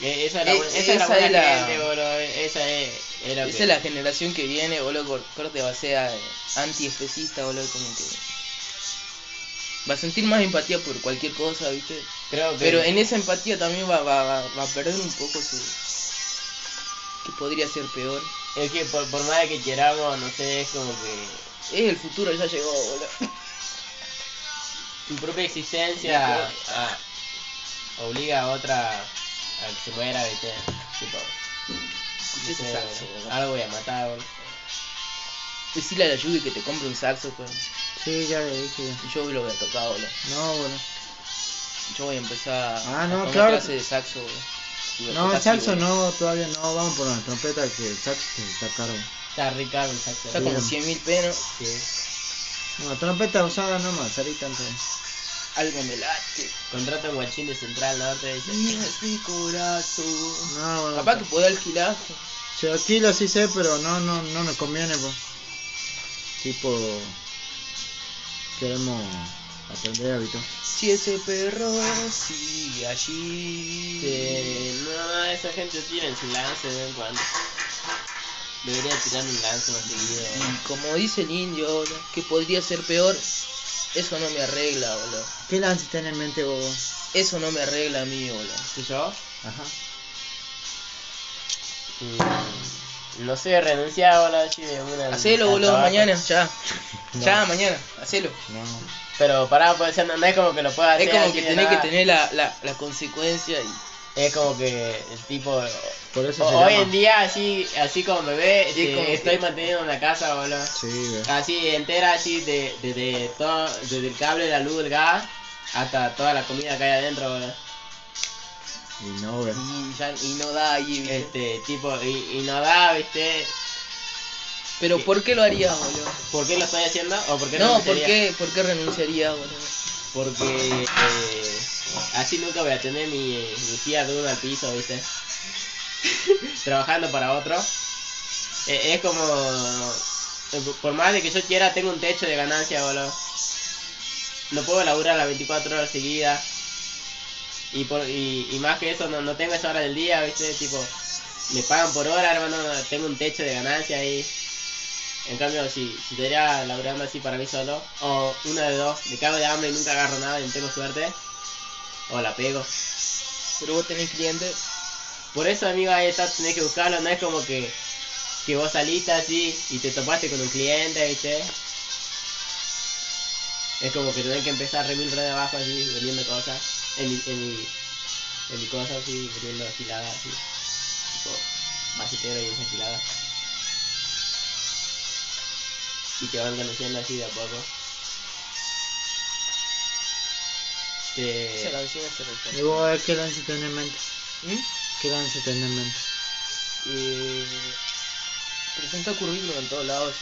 Speaker 3: Eh, Esa es la
Speaker 1: Eh,
Speaker 3: buena, esa es la
Speaker 1: esa es
Speaker 3: buena
Speaker 1: la-
Speaker 3: gente, boludo. e, Esa es, es lo
Speaker 1: Esa
Speaker 3: que-
Speaker 1: es la generación que viene, boludo. cor- Corte va a ser eh, antiespecista, boludo. Como que. Va a sentir más empatía por cualquier cosa, viste.
Speaker 3: Creo que...
Speaker 1: Pero en esa empatía también va, va, va, va a perder un poco su. que podría ser peor.
Speaker 3: Es que por, por más de que queramos, no sé, es como que
Speaker 1: Es el futuro, ya llegó, boludo.
Speaker 3: tu propia existencia ah, obliga a otra a que se muera, ¿viste? Tipo,
Speaker 1: Escuché ese
Speaker 3: no sé,
Speaker 1: saxo, boludo.
Speaker 3: algo voy a matar, boludo.
Speaker 1: Decirle a la lluvia que te compre un saxo, pues.
Speaker 2: Sí, ya le dije.
Speaker 1: Y yo lo voy a tocar, boludo.
Speaker 2: No, boludo.
Speaker 1: Yo voy a empezar
Speaker 2: Ah,
Speaker 1: a
Speaker 2: no,
Speaker 1: tomar
Speaker 2: claro.
Speaker 1: clase de saxo, boludo. Y voy a
Speaker 2: No,
Speaker 1: tocar
Speaker 2: el
Speaker 1: así,
Speaker 2: saxo
Speaker 1: boludo.
Speaker 2: no, todavía no. Vamos por una trompeta que el saxo está caro.
Speaker 3: Está rica el saxo.
Speaker 1: Está como 100 mil pesos.
Speaker 2: No, trompeta usada nomás, ahorita entonces.
Speaker 1: Algo me late.
Speaker 3: Contrata un guachín de Central Norte,
Speaker 1: Y
Speaker 3: ¿viste?
Speaker 1: es mi corazón.
Speaker 2: No, boludo.
Speaker 1: Capaz que puedo alquilar.
Speaker 2: Sí, aquí lo sí sé, pero no, no, no nos conviene, pues. Tipo, queremos aprender hábitos.
Speaker 1: Si ese perro sigue allí.
Speaker 3: Que no, esa gente tiene su lance de vez en cuando. Debería tirar un lance más seguido.
Speaker 1: Y como dice el indio, boludo, que podría ser peor, eso no me arregla, boludo.
Speaker 2: ¿Qué lance tenés en mente, bobo?
Speaker 1: Eso no me arregla a mí, boludo.
Speaker 3: ¿Y yo?
Speaker 2: Ajá.
Speaker 3: Mm, No sé, renunciaba boludo, así de una.
Speaker 1: Hacelo,
Speaker 3: al
Speaker 1: boludo,
Speaker 3: trabajo.
Speaker 1: mañana, ya.
Speaker 2: Ah, No.
Speaker 1: Ya, mañana, hacelo.
Speaker 2: No.
Speaker 3: Pero pará, pues, o sea, no, no es como que lo pueda hacer.
Speaker 1: Es como
Speaker 3: así
Speaker 1: que
Speaker 3: de
Speaker 1: tenés que
Speaker 3: nada.
Speaker 1: tener la, la, la consecuencia y.
Speaker 3: Es como que el tipo.
Speaker 2: Por eso
Speaker 3: o-
Speaker 2: se
Speaker 3: hoy
Speaker 2: llama.
Speaker 3: en día, así, así como me ve,
Speaker 1: Sí,
Speaker 3: eh,
Speaker 1: como que-
Speaker 3: estoy manteniendo una casa, boludo.
Speaker 2: Sí, güey.
Speaker 3: Así entera, así, de, de, de todo, desde el cable, la luz, el gas, hasta toda la comida que hay adentro, boludo.
Speaker 2: Y no, güey.
Speaker 1: Y, ya- y no da ahí, ¿viste?
Speaker 3: Este tipo, y, y no da, viste.
Speaker 1: Pero
Speaker 3: sí.
Speaker 1: ¿por qué lo harías, boludo?
Speaker 3: ¿Por qué lo estoy haciendo? ¿O por qué
Speaker 1: No, ¿por
Speaker 3: renunciaría?
Speaker 1: qué, ¿por qué renunciarías, boludo?
Speaker 3: Porque eh, así nunca voy a tener mi, mi tía de uno al piso, ¿viste? Trabajando para otro. Eh, es como... eh, Por más de que yo quiera, tengo un techo de ganancia, boludo. No puedo laburar las 24 horas seguidas. Y, por, y, y más que eso, no, no tengo esa hora del día, ¿viste? Tipo, me pagan por hora, hermano, tengo un techo de ganancia ahí. En cambio, si, si estaría laburando así para mí solo, o una de dos, me cago de hambre y nunca agarro nada y no tengo suerte, o la pego.
Speaker 1: Pero vos tenés clientes.
Speaker 3: Por eso, amigo, ahí está, tenés que buscarlo, no es como que, que vos saliste así y te topaste con un cliente, ¿viste? Es como que tenés que empezar remil re de abajo así, vendiendo cosas, en mi, en mi, en mi cosa así, vendiendo afiladas así, tipo, macetero y desafiladas. Y te van conociendo así de a poco. Te...
Speaker 1: Esa canción es perfecta. Eh,
Speaker 2: Y vos, ¿qué lance tenés en mente?
Speaker 1: ¿Mm?
Speaker 4: ¿Qué danza tenés en mente?
Speaker 1: Eh, presenta currículum en todos lados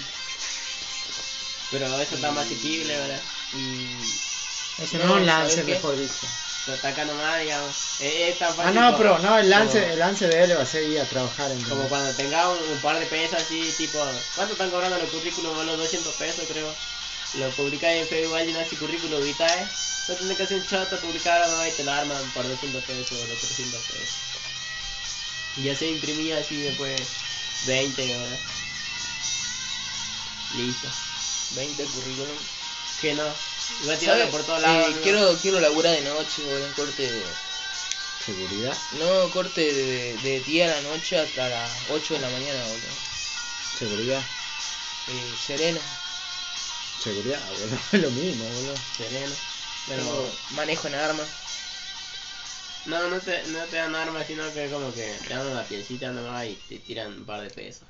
Speaker 3: Pero eso está más asequible, ¿verdad?
Speaker 1: y
Speaker 4: Ese
Speaker 1: No,
Speaker 4: no, es
Speaker 1: ¿sabes
Speaker 4: un lance,
Speaker 1: qué?
Speaker 4: mejor dicho.
Speaker 3: Lo ataca nomás, digamos. Es, es tan
Speaker 4: Ah,
Speaker 3: fácil. pues.
Speaker 4: no,
Speaker 3: como-
Speaker 4: pero no, el lance,
Speaker 3: como-
Speaker 4: el lance de él va a ser ir a trabajar en
Speaker 3: Como cuando tenga un, un par de pesos así, tipo, ¿cuánto están cobrando los currículos? Unos 200 pesos, creo. Lo publicáis en Facebook, alguien hace currículum vitae. No tenés que hacer un shot, publicar nomás y te lo arman por 200 pesos o 300 pesos. Y ya se imprimía así después 20 horas. Listo.
Speaker 1: 20 currículum.
Speaker 3: Que no. Iba a tirarlo
Speaker 1: ¿Sabes?
Speaker 3: por todos
Speaker 1: Eh,
Speaker 3: lados. ¿no?
Speaker 1: quiero, quiero laburar de noche, boludo, corte de...
Speaker 4: seguridad.
Speaker 1: No, corte de, de día a la noche hasta las 8 de la mañana, boludo.
Speaker 4: Seguridad.
Speaker 1: Eh, sereno.
Speaker 4: Seguridad, boludo. Es lo mismo, boludo.
Speaker 3: Sereno. Pero.
Speaker 1: Tengo manejo en armas.
Speaker 3: No, no te, no te dan armas, sino que como que te dan una piecita nomás y te tiran un par de pesos.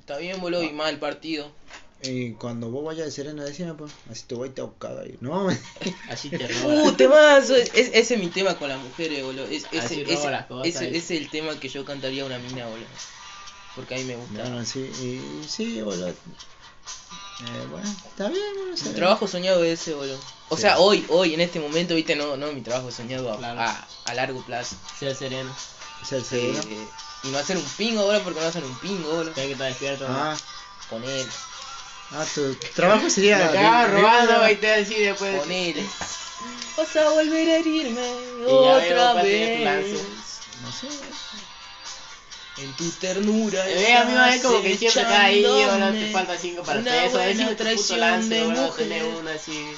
Speaker 1: Está bien, boludo,
Speaker 3: Ah.
Speaker 1: y mal partido.
Speaker 4: Y cuando vos vayas de sereno, decime, pues. Así te voy a tocar ahí. No, me-
Speaker 3: Así te roban.
Speaker 1: Uh, temazo. Es, es- ese es mi tema con las mujeres, boludo. Es, ese-
Speaker 3: Así
Speaker 1: ese-
Speaker 3: roba las cosas,
Speaker 1: ese-
Speaker 3: eh.
Speaker 1: ese es el tema que yo cantaría a una mina, boludo. Porque a mí me gusta.
Speaker 4: Bueno, sí, y, sí, boludo. Eh, bueno, está bien, boludo.
Speaker 1: Mi
Speaker 4: sereno.
Speaker 1: trabajo soñado es ese, boludo. O
Speaker 4: Sí.
Speaker 1: sea, hoy, hoy, en este momento, viste, no, no mi trabajo soñado a,
Speaker 3: Claro.
Speaker 1: a, a largo plazo.
Speaker 3: Ser sereno.
Speaker 4: Ser sereno.
Speaker 1: Eh, y no hacer un pingo, boludo, porque no hacer un pingo, boludo.
Speaker 3: Tengo que estar despierto.
Speaker 4: Ah,
Speaker 1: Ponele,
Speaker 4: ah, tu trabajo
Speaker 3: Te
Speaker 4: sería.
Speaker 3: acaban
Speaker 4: de-
Speaker 3: robando
Speaker 4: de-
Speaker 3: y te así después.
Speaker 1: ponele. Vas a volver a herirme
Speaker 3: Y ya
Speaker 1: otra
Speaker 3: veo cuál tiene tu
Speaker 1: vez.
Speaker 3: lance.
Speaker 4: No sé.
Speaker 1: En tu ternura.
Speaker 3: Eh, a mí me ves como que siempre está ahí, ahora te
Speaker 1: acechándome.
Speaker 3: faltan 5 para
Speaker 1: Una
Speaker 3: hacer eso.
Speaker 1: buena
Speaker 3: Decime tu puto
Speaker 1: traición
Speaker 3: lance,
Speaker 1: de
Speaker 3: boludo,
Speaker 1: mujer.
Speaker 3: tener una así.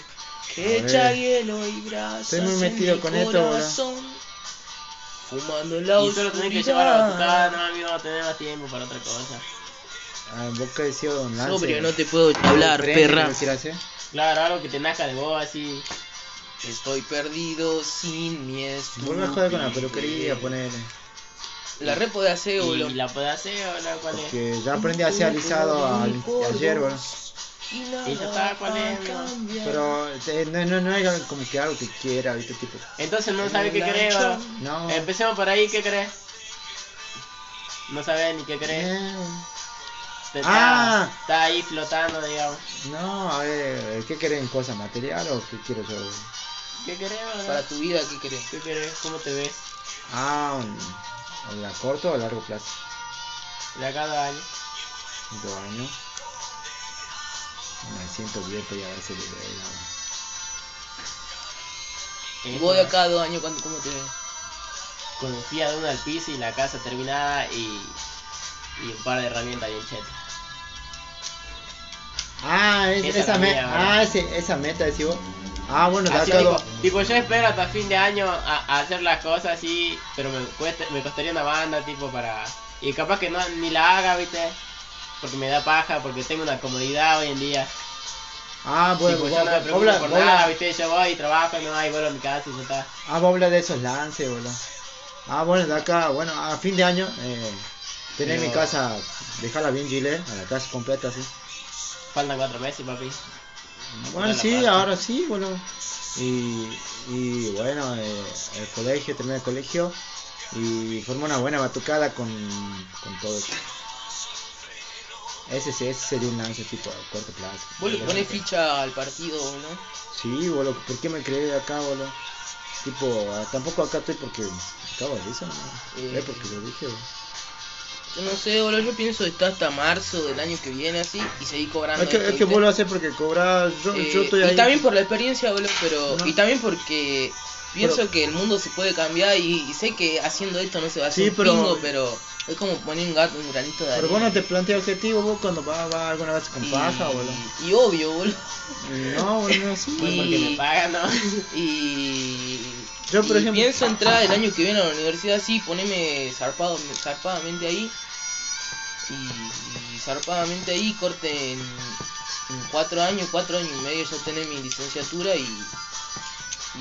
Speaker 1: Que
Speaker 4: A
Speaker 1: echa
Speaker 4: ver.
Speaker 1: hielo y brasas
Speaker 4: Estoy muy
Speaker 1: en
Speaker 4: metido
Speaker 1: mi
Speaker 4: con esto, boludo.
Speaker 1: corazón. Fumando en la
Speaker 3: Y solo tenés que llevar a la batucada, no, amigo, va a tener más tiempo para otra cosa.
Speaker 4: Ah, vos que decías Don Lance.
Speaker 1: Sobrio, no te puedo hablar,
Speaker 4: Tren, ¿qué
Speaker 1: perra.
Speaker 4: decir así?
Speaker 3: Claro, algo que te nazca de vos así.
Speaker 1: Estoy perdido sin mi estupidez.
Speaker 4: Vos me jodés con la peluquería, ponele.
Speaker 1: La re podés hacer, boludo.
Speaker 3: Y la puede hacer, boludo, cuál es.
Speaker 4: Porque ya aprendí a hacer alisado al- ayer, boludo.
Speaker 1: Y
Speaker 3: ya está, ¿cuál es, boludo?
Speaker 4: Pero eh, no, no, no es como que algo que quiera, ¿viste? Tipo,
Speaker 3: Entonces no sabe qué crees, boludo.
Speaker 4: no.
Speaker 3: Empecemos por ahí, ¿qué crees? No sabes ni qué crees.
Speaker 4: eh,
Speaker 3: Te-
Speaker 4: Ah.
Speaker 3: Está, está ahí flotando, digamos.
Speaker 4: No, a ver, ¿qué quieren? ¿Cosa material o qué quiero yo?
Speaker 3: ¿Qué querés, boludo?
Speaker 1: Para tu vida, ¿qué querés?
Speaker 3: ¿Qué querés? ¿Cómo te ves?
Speaker 4: Ah, mm, ¿la corto o a largo plazo?
Speaker 3: De acá a dos años.
Speaker 4: Dos años. Me siento viejo y a veces de verdad.
Speaker 1: Y
Speaker 3: Eh,
Speaker 1: vos de acá a dos años, ¿cuánto- ¿cómo te ves?
Speaker 3: Con un Fiat Uno al piso y la casa terminada y, y un par de herramientas bien chetas.
Speaker 4: Ah, es-
Speaker 3: Esa
Speaker 4: esa,
Speaker 3: la
Speaker 4: meta,
Speaker 3: mía, ¿verdad?
Speaker 4: ah, ese- esa meta, decís vos. Ah, bueno, da
Speaker 3: Así, tipo,
Speaker 4: todo.
Speaker 3: tipo, yo espero hasta fin de año a, a hacer las cosas así, pero me, cuesta, me costaría una banda, tipo, para... Y capaz que no, ni la haga, viste, porque me da paja, porque tengo una comodidad hoy en día.
Speaker 4: Ah, bueno,
Speaker 3: tipo,
Speaker 4: vos,
Speaker 3: yo no me
Speaker 4: vos- vos
Speaker 3: preocupo
Speaker 4: habla-
Speaker 3: por
Speaker 4: vos
Speaker 3: nada,
Speaker 4: habla-
Speaker 3: viste, yo voy y trabajo, no hay vuelvo a mi casa y ya está.
Speaker 4: ah, vos hablas de esos lances, boludo. Ah, bueno, de acá, bueno, a fin de año, eh, tener
Speaker 3: Pero-
Speaker 4: mi casa, dejarla bien chile, a la casa completa, así.
Speaker 3: Faltan cuatro meses, papi.
Speaker 4: Bueno,
Speaker 3: la
Speaker 4: sí,
Speaker 3: parte.
Speaker 4: ahora sí, boludo. Y, y bueno, eh, el colegio, terminé el colegio y formé una buena batucada con, con todo eso. Ese, sí- ese sería un lance tipo a corto plazo.
Speaker 1: Vos le ponés ficha al partido, ¿no?
Speaker 4: Sí, boludo, ¿por qué me creé acá, boludo? Tipo, ah, tampoco acá estoy porque acabo de eso, ¿no?
Speaker 1: Eh.
Speaker 4: Eh, porque lo dije, boludo.
Speaker 1: Yo no sé, boludo, yo pienso que está hasta marzo del año que viene así y seguir cobrando.
Speaker 4: Es que,
Speaker 1: esto,
Speaker 4: es que
Speaker 1: ¿viste?
Speaker 4: vos lo haces porque cobras, yo,
Speaker 1: Eh,
Speaker 4: yo estoy ahí.
Speaker 1: Y también por la experiencia, boludo, pero...
Speaker 4: No.
Speaker 1: Y también porque pienso
Speaker 4: Pero-
Speaker 1: que el mundo se puede cambiar y, y sé que haciendo esto no se va a hacer
Speaker 4: Sí,
Speaker 1: un
Speaker 4: pero-
Speaker 1: pingo, pero es como poner un gato, un granito de
Speaker 4: Pero
Speaker 1: arena.
Speaker 4: vos no te planteas objetivos vos cuando vas vas alguna vez con
Speaker 1: y,
Speaker 4: paja, boludo.
Speaker 1: y obvio, boludo.
Speaker 4: No, boludo, sí.
Speaker 1: Y-
Speaker 3: Pues Porque me pagan, ¿no?
Speaker 1: Y...
Speaker 4: Yo, por
Speaker 1: y
Speaker 4: ejemplo-
Speaker 1: pienso entrar el año que viene a la universidad así, ponerme zarpado, zarpadamente ahí. Y, y zarpadamente ahí, corte en, en cuatro años, cuatro años y medio, yo tener mi licenciatura y,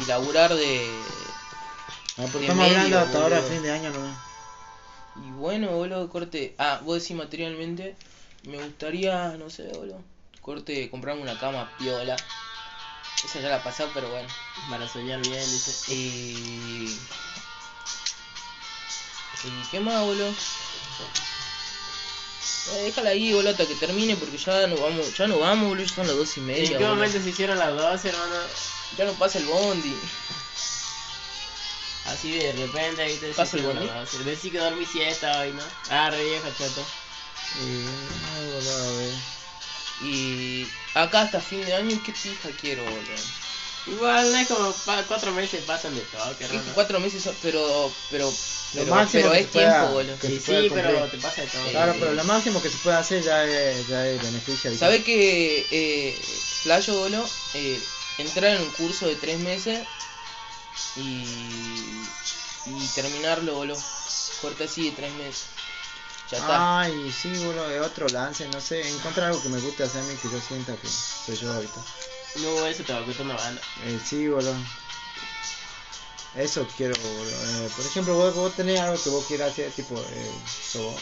Speaker 1: y laburar de...
Speaker 4: Ah, pero
Speaker 1: de
Speaker 4: estamos
Speaker 1: medio,
Speaker 4: hablando hasta ahora,
Speaker 1: boludo.
Speaker 4: fin de año nomás.
Speaker 1: Y bueno, boludo, corte... Ah, vos decís materialmente, me gustaría, no sé, boludo, corte, comprarme una cama piola. Esa ya la pasé, pero bueno.
Speaker 3: Para soñar bien, dice.
Speaker 1: Y... ¿Y qué más, boludo? Eh, déjala ahí, boludo, hasta que termine porque ya no vamos, ya no vamos, boludo, ya son las dos y media.
Speaker 3: ¿En qué
Speaker 1: boludo.
Speaker 3: momento se hicieron las dos, hermano?
Speaker 1: Ya no pasa el bondi.
Speaker 3: Así de repente, ¿viste?
Speaker 1: ¿Pasa el bondi?
Speaker 3: bondi? Decí que dormí siesta hoy, ¿no? Ah, re viejo, chato.
Speaker 1: Eh,
Speaker 4: Y, ay, boludo, güey.
Speaker 1: Y acá hasta fin de año, ¿qué pija quiero, boludo?
Speaker 3: Igual, no es como pa- cuatro meses pasan de todo, qué
Speaker 1: Es que
Speaker 3: raro.
Speaker 1: cuatro meses, son- pero, pero, pero,
Speaker 4: máximo
Speaker 1: pero
Speaker 4: que
Speaker 1: es
Speaker 4: se pueda.
Speaker 1: tiempo, boludo.
Speaker 4: que
Speaker 3: Y
Speaker 4: se puede
Speaker 3: sí, pero
Speaker 4: cumplir.
Speaker 3: te pasa de todo.
Speaker 4: Claro,
Speaker 1: Eh,
Speaker 4: pero lo máximo que se puede hacer ya es, ya es beneficio. ¿viste?
Speaker 1: ¿Sabes que eh, Playo boludo? Eh, entrar en un curso de tres meses y, y terminarlo, boludo. Corta así de tres meses. Ya está.
Speaker 4: Ay, sí, boludo, es otro lance, no sé, encontrar algo que me guste hacer a mí que yo sienta que soy yo ahorita.
Speaker 3: No, eso te va a costar una banda.
Speaker 4: Eh, sí, boludo. Eso quiero, boludo. Eh, por ejemplo, vos, vos tenés algo que vos quieras hacer, tipo, eh, como-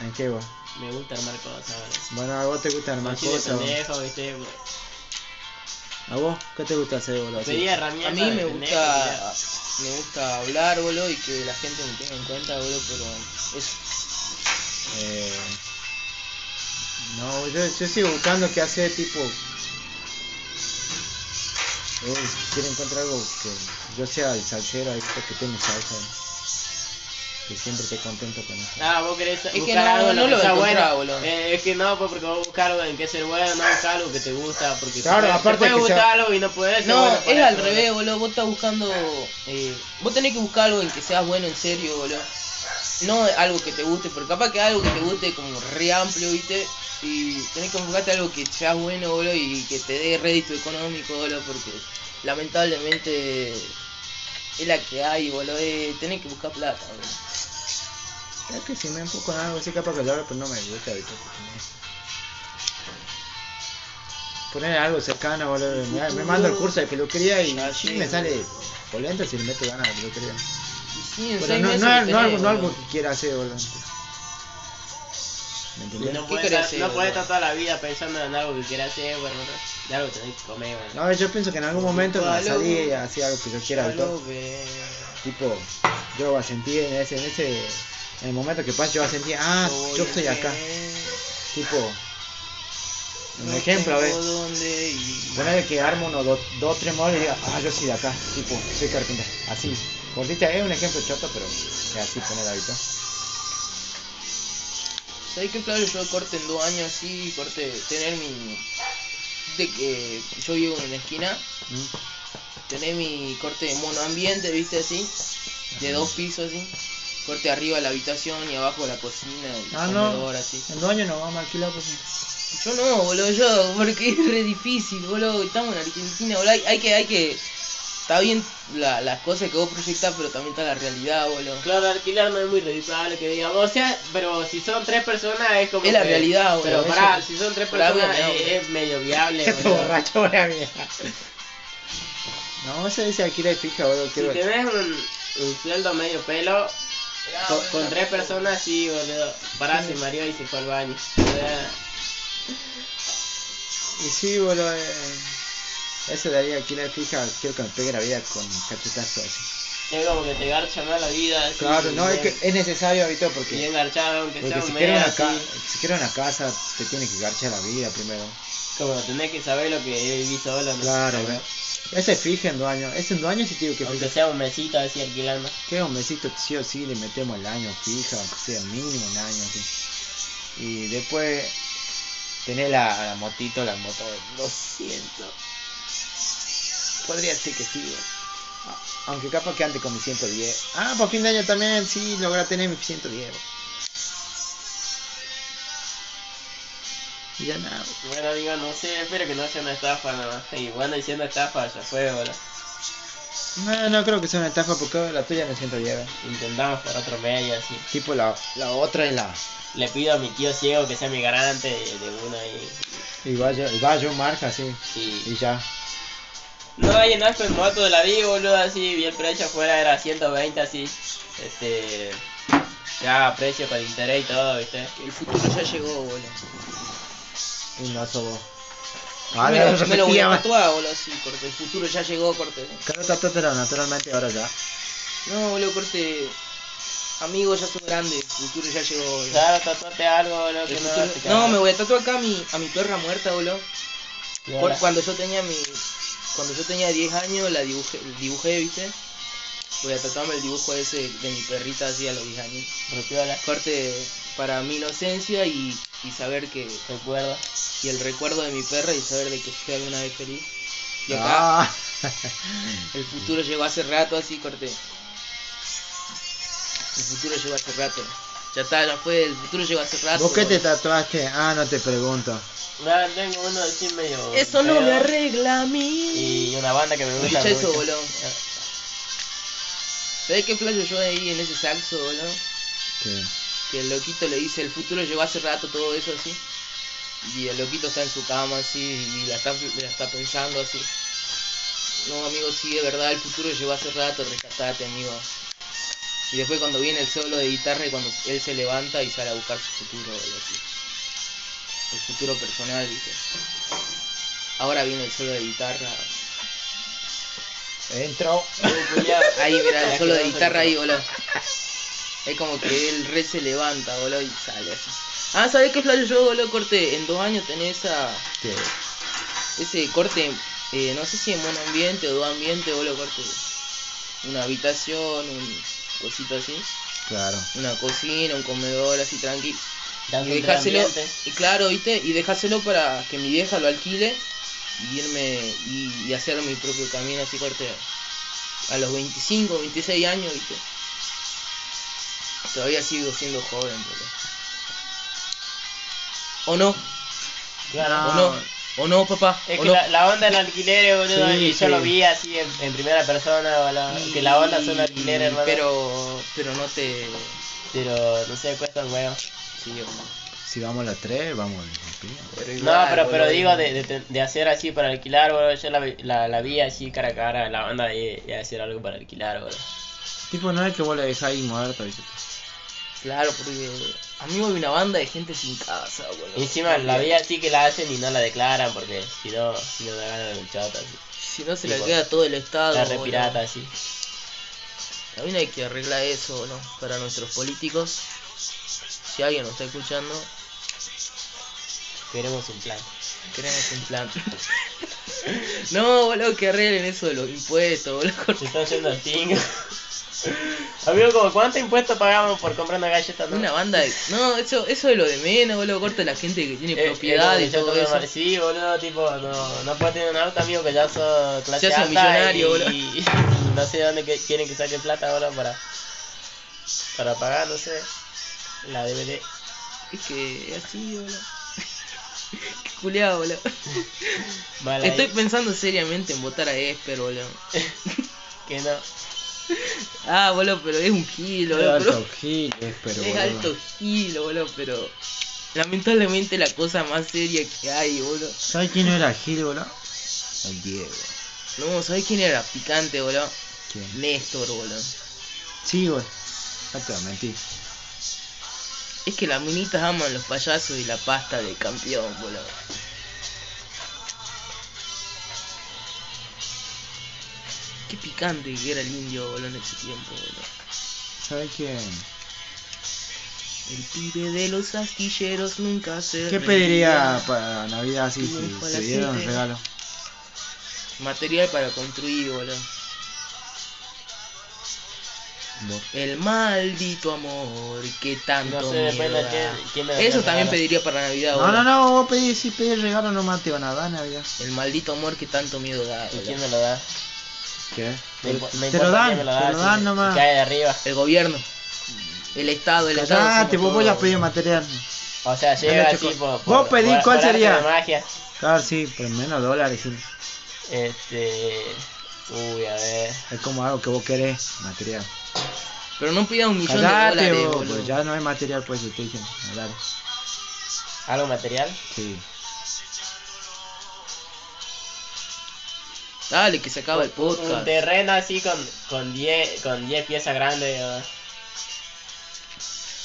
Speaker 4: ¿En qué, vos?
Speaker 3: Me gusta armar cosas, boludo.
Speaker 4: Bueno, a vos te gusta armar
Speaker 3: Así de
Speaker 4: cosas, boludo.
Speaker 3: pendejo, viste.
Speaker 4: ¿A vos? ¿Qué te gusta hacer, boludo? Así.
Speaker 3: pues, Pedí herramientas.
Speaker 1: A mí
Speaker 3: de
Speaker 1: me
Speaker 3: pendejo,
Speaker 1: gusta me gusta hablar, boludo, y que la gente me tenga en cuenta, boludo, pero eso.
Speaker 4: Eh, no, yo, yo sigo buscando qué hacer, tipo. Uy, quiero encontrar algo que yo sea el salsero, ahí, que tiene salsa. eh. Que siempre esté contento con eso.
Speaker 3: Ah, vos querés
Speaker 1: que
Speaker 3: buscar
Speaker 1: no,
Speaker 3: algo en
Speaker 1: no
Speaker 3: que
Speaker 1: lo
Speaker 3: sea
Speaker 1: encontrás,
Speaker 3: bueno.
Speaker 1: boludo.
Speaker 3: Eh, es que no, pues porque vos buscar algo en que ser bueno, no buscar algo que te gusta, porque
Speaker 4: Claro,
Speaker 3: te,
Speaker 4: aparte
Speaker 3: te puede
Speaker 4: que
Speaker 3: gustar
Speaker 4: sea-
Speaker 3: algo y no puedes ser
Speaker 1: No,
Speaker 3: bueno
Speaker 1: es
Speaker 3: para
Speaker 1: al
Speaker 3: eso,
Speaker 1: revés, boludo. Vos estás buscando. eh, vos tenés que buscar algo en que seas bueno en serio, boludo. No algo que te guste, porque capaz que algo que te guste como re amplio, viste. Y tenés que buscarte algo que seas bueno, boludo, y que te dé rédito económico, boludo, porque lamentablemente es la que hay, boludo. eh, tenés que buscar plata, boludo.
Speaker 4: Es que si me enfoco en algo así, capaz que lo hago, pero no me gusta, ¿viste? Poner algo cercano, boludo. Me, me mando el curso de peluquería y
Speaker 1: Ya
Speaker 4: sí
Speaker 1: sé,
Speaker 4: me sale
Speaker 1: boludo.
Speaker 4: polenta si le meto ganas a la peluquería.
Speaker 1: Y sí, en
Speaker 4: Pero
Speaker 1: seis
Speaker 4: no,
Speaker 1: meses
Speaker 4: no,
Speaker 1: lo
Speaker 4: al- no,
Speaker 1: tenés,
Speaker 4: algo, no algo
Speaker 1: boludo.
Speaker 4: que quiera hacer, boludo. ¿Me
Speaker 3: boludo.
Speaker 4: entendés?
Speaker 3: No
Speaker 1: ¿Qué
Speaker 3: puedes
Speaker 1: querés
Speaker 3: estar-
Speaker 1: ser,
Speaker 3: no
Speaker 1: boludo?
Speaker 3: puedes estar toda la vida pensando en algo que quieras hacer, bueno, de algo que tenés que comer, bueno.
Speaker 4: No, yo pienso que en algún momento me
Speaker 1: Aló.
Speaker 4: salí a hacer algo que yo quiera,
Speaker 1: Ya lo
Speaker 4: ¿viste?
Speaker 1: ve.
Speaker 4: Tipo, yo voy a sentir en ese, en ese, en el momento que pasa, yo voy a sentir, ah,
Speaker 1: Voy
Speaker 4: yo
Speaker 1: a
Speaker 4: estoy acá.
Speaker 1: ver.
Speaker 4: Tipo, un
Speaker 1: No
Speaker 4: ejemplo, a ver.
Speaker 1: tengo dónde ir.
Speaker 4: Ponerle que armo uno, dos, dos, tres moles y diga, ah, yo soy de acá, tipo, soy carpintero. Así. Cortita es un ejemplo choto, pero es así poner ahorita.
Speaker 1: ¿Sabes qué, Flavio? Yo corte en dos años así, corte, tener mi. De que yo vivo en una esquina,
Speaker 4: ¿Mm?
Speaker 1: tener mi corte de monoambiente, viste así, de dos pisos así, corte arriba la habitación y abajo la cocina, el
Speaker 4: Ah, no.
Speaker 1: comedor así.
Speaker 4: En dos años nos vamos a alquilar, pues.
Speaker 1: Yo no, boludo, yo, porque es re difícil, boludo, estamos en Argentina, boludo, hay, hay que, hay que. Está bien la- las cosas que vos proyectás, pero también está la realidad, boludo.
Speaker 3: Claro, alquilar no es muy rentable que digamos, o sea, pero si son tres personas es como
Speaker 1: Es la
Speaker 3: que-
Speaker 1: realidad, boludo,
Speaker 3: Pero pará,
Speaker 1: eso-
Speaker 3: si son tres
Speaker 1: pará,
Speaker 3: personas
Speaker 1: bueno,
Speaker 3: es,
Speaker 1: bueno.
Speaker 3: es medio viable,
Speaker 4: Este
Speaker 3: boludo.
Speaker 4: borracho, buena mierda. No, ese dice aquí la fija, boludo.
Speaker 3: Si
Speaker 4: quiero-
Speaker 3: tenés un, un sueldo medio pelo, con, con tres personas sí, boludo. Pará, se mareó y se fue al baño. O sea,
Speaker 4: Y sí, boludo. Eh... Ese de ahí aquí la fija, quiero que me pegue la vida con cachetazo así.
Speaker 3: es como que te garcha más la vida. así,
Speaker 4: Claro, no, es
Speaker 3: bien-
Speaker 4: que es necesario ahorita
Speaker 3: Bien
Speaker 4: porque.
Speaker 3: garchado, aunque sea
Speaker 4: Porque si
Speaker 3: un
Speaker 4: quieres
Speaker 3: mes
Speaker 4: una, ca-
Speaker 3: así.
Speaker 4: si quieres una casa, te tiene que garchar la vida primero.
Speaker 3: Como tenés que saber lo que es vivir solo, ¿no?
Speaker 4: Claro, boludo. Ese fija en dos años. Ese en dos años sí te digo que
Speaker 3: Aunque
Speaker 4: fija.
Speaker 3: sea un mesito así alquilando.
Speaker 4: Que un mesito sí o sí le metemos el año fija, aunque sea mínimo un año así. Y después tener la, la motito, la moto
Speaker 3: Lo siento.
Speaker 4: Podría ser que sí, güey. A- Aunque capaz que ande con mi 110. Ah, por fin de año también sí logra tener mi 110. güey. Y ya nada. güey.
Speaker 3: Bueno, digo, no sé, espero que no sea una estafa nada más. Y bueno, diciendo estafa, ya fue, boludo.
Speaker 4: No, no creo que sea una estafa porque la tuya no 110. güey.
Speaker 3: Intentamos por otro medio, así.
Speaker 4: Tipo la, la otra es la.
Speaker 3: Le pido a mi tío ciego que sea mi garante de, de una y,
Speaker 4: Y vaya, y vaya marca así.
Speaker 3: y-
Speaker 4: Y ya.
Speaker 3: No, hay en Aspen moto de la vi, boludo, así, bien precio afuera era 120, así. Este... Ya, precio con interés y todo, viste.
Speaker 1: El futuro ya llegó, boludo.
Speaker 4: Y no sobo. Ah,
Speaker 1: Yo me, lo, yo me lo voy a
Speaker 4: repetía, güey.
Speaker 1: tatuar, boludo, así, corte. El futuro ya llegó, corte.
Speaker 4: Claro, tatúatelo naturalmente ahora ya.
Speaker 1: No, boludo, corte. Amigo, ya soy grande. El futuro ya llegó, boludo.
Speaker 3: Claro, tatuate algo, boludo,
Speaker 1: El
Speaker 3: que no
Speaker 1: futuro-
Speaker 3: te
Speaker 1: No,
Speaker 3: cagas.
Speaker 1: me voy a tatuar acá a mi, a mi perra muerta, boludo.
Speaker 3: Y
Speaker 1: Por-
Speaker 3: ahora-
Speaker 1: cuando yo tenía mi. Cuando yo tenía 10 años la dibujé, dibujé ¿viste? Voy a tatuarme el dibujo ese de mi perrita así a los 10 años.
Speaker 3: Repiola,
Speaker 1: Corte para mi inocencia y, y saber que.
Speaker 3: recuerda.
Speaker 1: Y el recuerdo de mi perra y saber de que fui alguna vez feliz. Y acá
Speaker 2: Ah.
Speaker 1: el futuro llegó hace rato así, corte. El futuro llegó hace rato. Ya está, ya fue, el futuro llegó hace rato.
Speaker 2: ¿Vos qué te
Speaker 1: boludo.
Speaker 2: tatuaste? Ah, no te pregunto.
Speaker 3: Nah, tengo uno así medio.
Speaker 1: Eso no me
Speaker 3: feo,
Speaker 1: arregla a mí.
Speaker 3: Y una banda que me gusta.
Speaker 1: Escucha eso,
Speaker 3: mucho.
Speaker 1: boludo.
Speaker 3: Ah,
Speaker 1: ¿Sabés qué flasho yo ahí en ese saxo, boludo?
Speaker 2: ¿Qué?
Speaker 1: Que el loquito le dice, el futuro llegó hace rato, todo eso así. Y el loquito está en su cama así y la está, la está pensando así. No, amigo, sí, de verdad, el futuro llegó hace rato, rescatate, amigo. Y después cuando viene el solo de guitarra y cuando él se levanta y sale a buscar su futuro, boludo, así. El futuro personal, dice. Ahora viene el solo de guitarra.
Speaker 2: Entró.
Speaker 3: uh, culiao.
Speaker 1: Ahí, mirá, el
Speaker 3: Ya
Speaker 1: solo de
Speaker 3: quedó,
Speaker 1: guitarra ahí,
Speaker 3: quedó.
Speaker 1: boludo. Es como que el re se levanta, boludo, y sale así. Ah, ¿sabés qué flayo yo, boludo? Corte, en dos años tenés esa,
Speaker 2: ¿Qué?
Speaker 1: ese corte, eh, no sé si en buen ambiente o dos ambiente, boludo, corte. Una habitación, un cosito así,
Speaker 2: Claro.
Speaker 1: una cocina, un comedor así tranqui. Y
Speaker 3: Dame un
Speaker 1: dejáselo,
Speaker 3: ambiente.
Speaker 1: y claro, viste, y dejáselo para que mi vieja lo alquile y irme y, y hacer mi propio camino así corte a los 25, 26 años, viste. Todavía sigo siendo joven, boludo. O no,
Speaker 3: Claro.
Speaker 1: o no, o no, papá,
Speaker 3: Es
Speaker 1: o
Speaker 3: que
Speaker 1: no.
Speaker 3: la, la onda en alquileres, boludo,
Speaker 2: Sí,
Speaker 3: y yo
Speaker 2: sí.
Speaker 3: lo vi así en, en primera persona, boludo, que la onda son alquileres, hermano.
Speaker 1: Pero, pero no te.
Speaker 3: pero no sé, cuesta un huevo.
Speaker 1: Sí, o-
Speaker 2: Si vamos los tres, vamos. bien.
Speaker 3: No,
Speaker 1: igual,
Speaker 3: pero, pero
Speaker 1: boludo.
Speaker 3: digo, de, de, de hacer así para alquilar, boludo, yo la, vi- la, la vi así cara a cara, la onda de, de hacer algo para alquilar, boludo.
Speaker 2: Tipo, no es que vos la dejás ahí muerta. ¿viste?
Speaker 1: Claro, porque. Amigo de una banda de gente sin casa, boludo.
Speaker 3: Y encima la vi así que la hacen y no la declaran, porque si no, si no la ganan el chato, así.
Speaker 1: Si no se
Speaker 3: Sí,
Speaker 1: la
Speaker 3: boludo.
Speaker 1: queda todo el estado.
Speaker 3: La
Speaker 1: boludo.
Speaker 3: repirata, así.
Speaker 1: También hay que arreglar eso, ¿no? Para nuestros políticos. Si alguien nos está escuchando,
Speaker 3: Queremos un plan.
Speaker 1: queremos un plan. no, boludo, que arreglen eso de los impuestos, boludo.
Speaker 3: Se están yendo al tingo. Amigo, como ¿cuánto impuesto pagamos por comprar una galleta? no?
Speaker 1: Una banda de... No, eso, eso es lo de menos, boludo. Corta la gente que tiene
Speaker 3: Eh,
Speaker 1: propiedad
Speaker 3: eh,
Speaker 1: y
Speaker 3: ya
Speaker 1: todo
Speaker 3: te voy a
Speaker 1: eso.
Speaker 3: llamar. Sí, boludo, tipo, no, no puedes tener un auto, amigo, que ya sos clase
Speaker 1: Ya sos
Speaker 3: alta
Speaker 1: millonario,
Speaker 3: y,
Speaker 1: boludo.
Speaker 3: y no sé de dónde que- quieren que saque plata, boludo, para, para pagar, no sé, la DVD.
Speaker 1: Es que es así, boludo. Qué culiado, boludo.
Speaker 3: Mal ahí,
Speaker 1: Estoy pensando seriamente en votar a Esper, boludo.
Speaker 3: que no.
Speaker 1: Ah, boludo, pero es un gil,
Speaker 2: Es
Speaker 1: boludo. pero-
Speaker 2: alto giles, pero.
Speaker 1: es
Speaker 2: boludo.
Speaker 1: alto gil, boludo, pero... Lamentablemente la cosa más seria que hay, boludo.
Speaker 2: ¿Sabes quién no era Gil, boludo? El Diego.
Speaker 1: No, ¿sabés quién era? Picante, boludo.
Speaker 2: ¿Quién?
Speaker 1: Néstor, boludo.
Speaker 2: Sí, güey. No te voy a mentir.
Speaker 1: Es que las minitas aman los payasos y la pasta del campeón, boludo. Qué picante que era el indio, boludo, en ese tiempo, boludo.
Speaker 2: ¿Sabes quién?
Speaker 1: El pibe de los astilleros nunca se.
Speaker 2: ¿Qué
Speaker 1: rendía.
Speaker 2: pediría para Navidad así
Speaker 1: Como
Speaker 2: si
Speaker 1: para
Speaker 2: te dieran un
Speaker 1: siete.
Speaker 2: regalo?
Speaker 1: Material para construir, boludo.
Speaker 2: Vos.
Speaker 1: El maldito amor que tanto.
Speaker 3: No sé, depende
Speaker 1: mierda.
Speaker 3: quién- quién me lo
Speaker 1: Eso
Speaker 3: regala.
Speaker 1: también pediría para Navidad,
Speaker 2: No, no,
Speaker 1: boludo.
Speaker 2: no, vos pedís, si pedís regalo nomás te van a dar Navidad.
Speaker 1: El maldito amor que tanto miedo da,
Speaker 3: ¿Y
Speaker 1: boludo.
Speaker 3: quién me lo da?
Speaker 2: ¿Qué?
Speaker 3: Me impo- me
Speaker 2: Te lo
Speaker 3: importa
Speaker 2: dan,
Speaker 3: quién me
Speaker 2: te
Speaker 3: da,
Speaker 2: lo
Speaker 3: si
Speaker 2: dan
Speaker 3: me-
Speaker 2: nomás.
Speaker 3: si Cae de arriba.
Speaker 1: El gobierno. El Estado, el eh. Estado.
Speaker 2: Ah, te
Speaker 1: somos
Speaker 2: vos voy a
Speaker 1: todos,
Speaker 2: pedir
Speaker 1: boludo.
Speaker 2: material.
Speaker 3: O sea,
Speaker 2: Dale,
Speaker 3: llega
Speaker 2: Choco.
Speaker 3: así por,
Speaker 2: Vos
Speaker 3: por-
Speaker 2: pedí,
Speaker 3: por-
Speaker 2: ¿cuál
Speaker 3: por arte
Speaker 2: sería?
Speaker 3: de magia.
Speaker 2: Claro, sí, por menos dólares, Gil.
Speaker 3: Este. Uy, a ver.
Speaker 2: Es como algo que vos querés, material.
Speaker 1: Pero no pida un millón de
Speaker 2: Cagate,
Speaker 1: dólares,
Speaker 2: vos,
Speaker 1: boludo.
Speaker 2: pues ya no hay material, pues si te dicen, dólares.
Speaker 3: ¿Algo material?
Speaker 2: Sí.
Speaker 1: Dale, que se acaba el
Speaker 3: Un
Speaker 1: podcast.
Speaker 3: terreno así con con 10 con 10 piezas grandes digamos,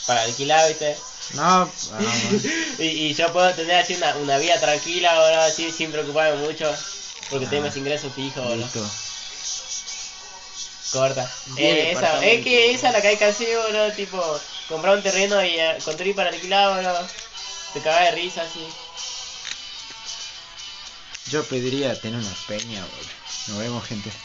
Speaker 3: para alquilar, ¿viste?
Speaker 2: No, ah, bueno.
Speaker 3: Y, y yo puedo tener así una, una vida tranquila ahora así sin preocuparme mucho porque
Speaker 2: Ah.
Speaker 3: tengo ese ingreso fijo, boludo.
Speaker 2: listo.
Speaker 3: Corta.
Speaker 1: Bien,
Speaker 3: Eh, esa,
Speaker 1: departamento.
Speaker 3: es que esa es la que hay que hacer, boludo. Tipo, comprar un terreno y eh, construir para alquilar, boludo. Te cagás de risa, así.
Speaker 4: Yo pediría tener una peña, boludo. Nos vemos, gente.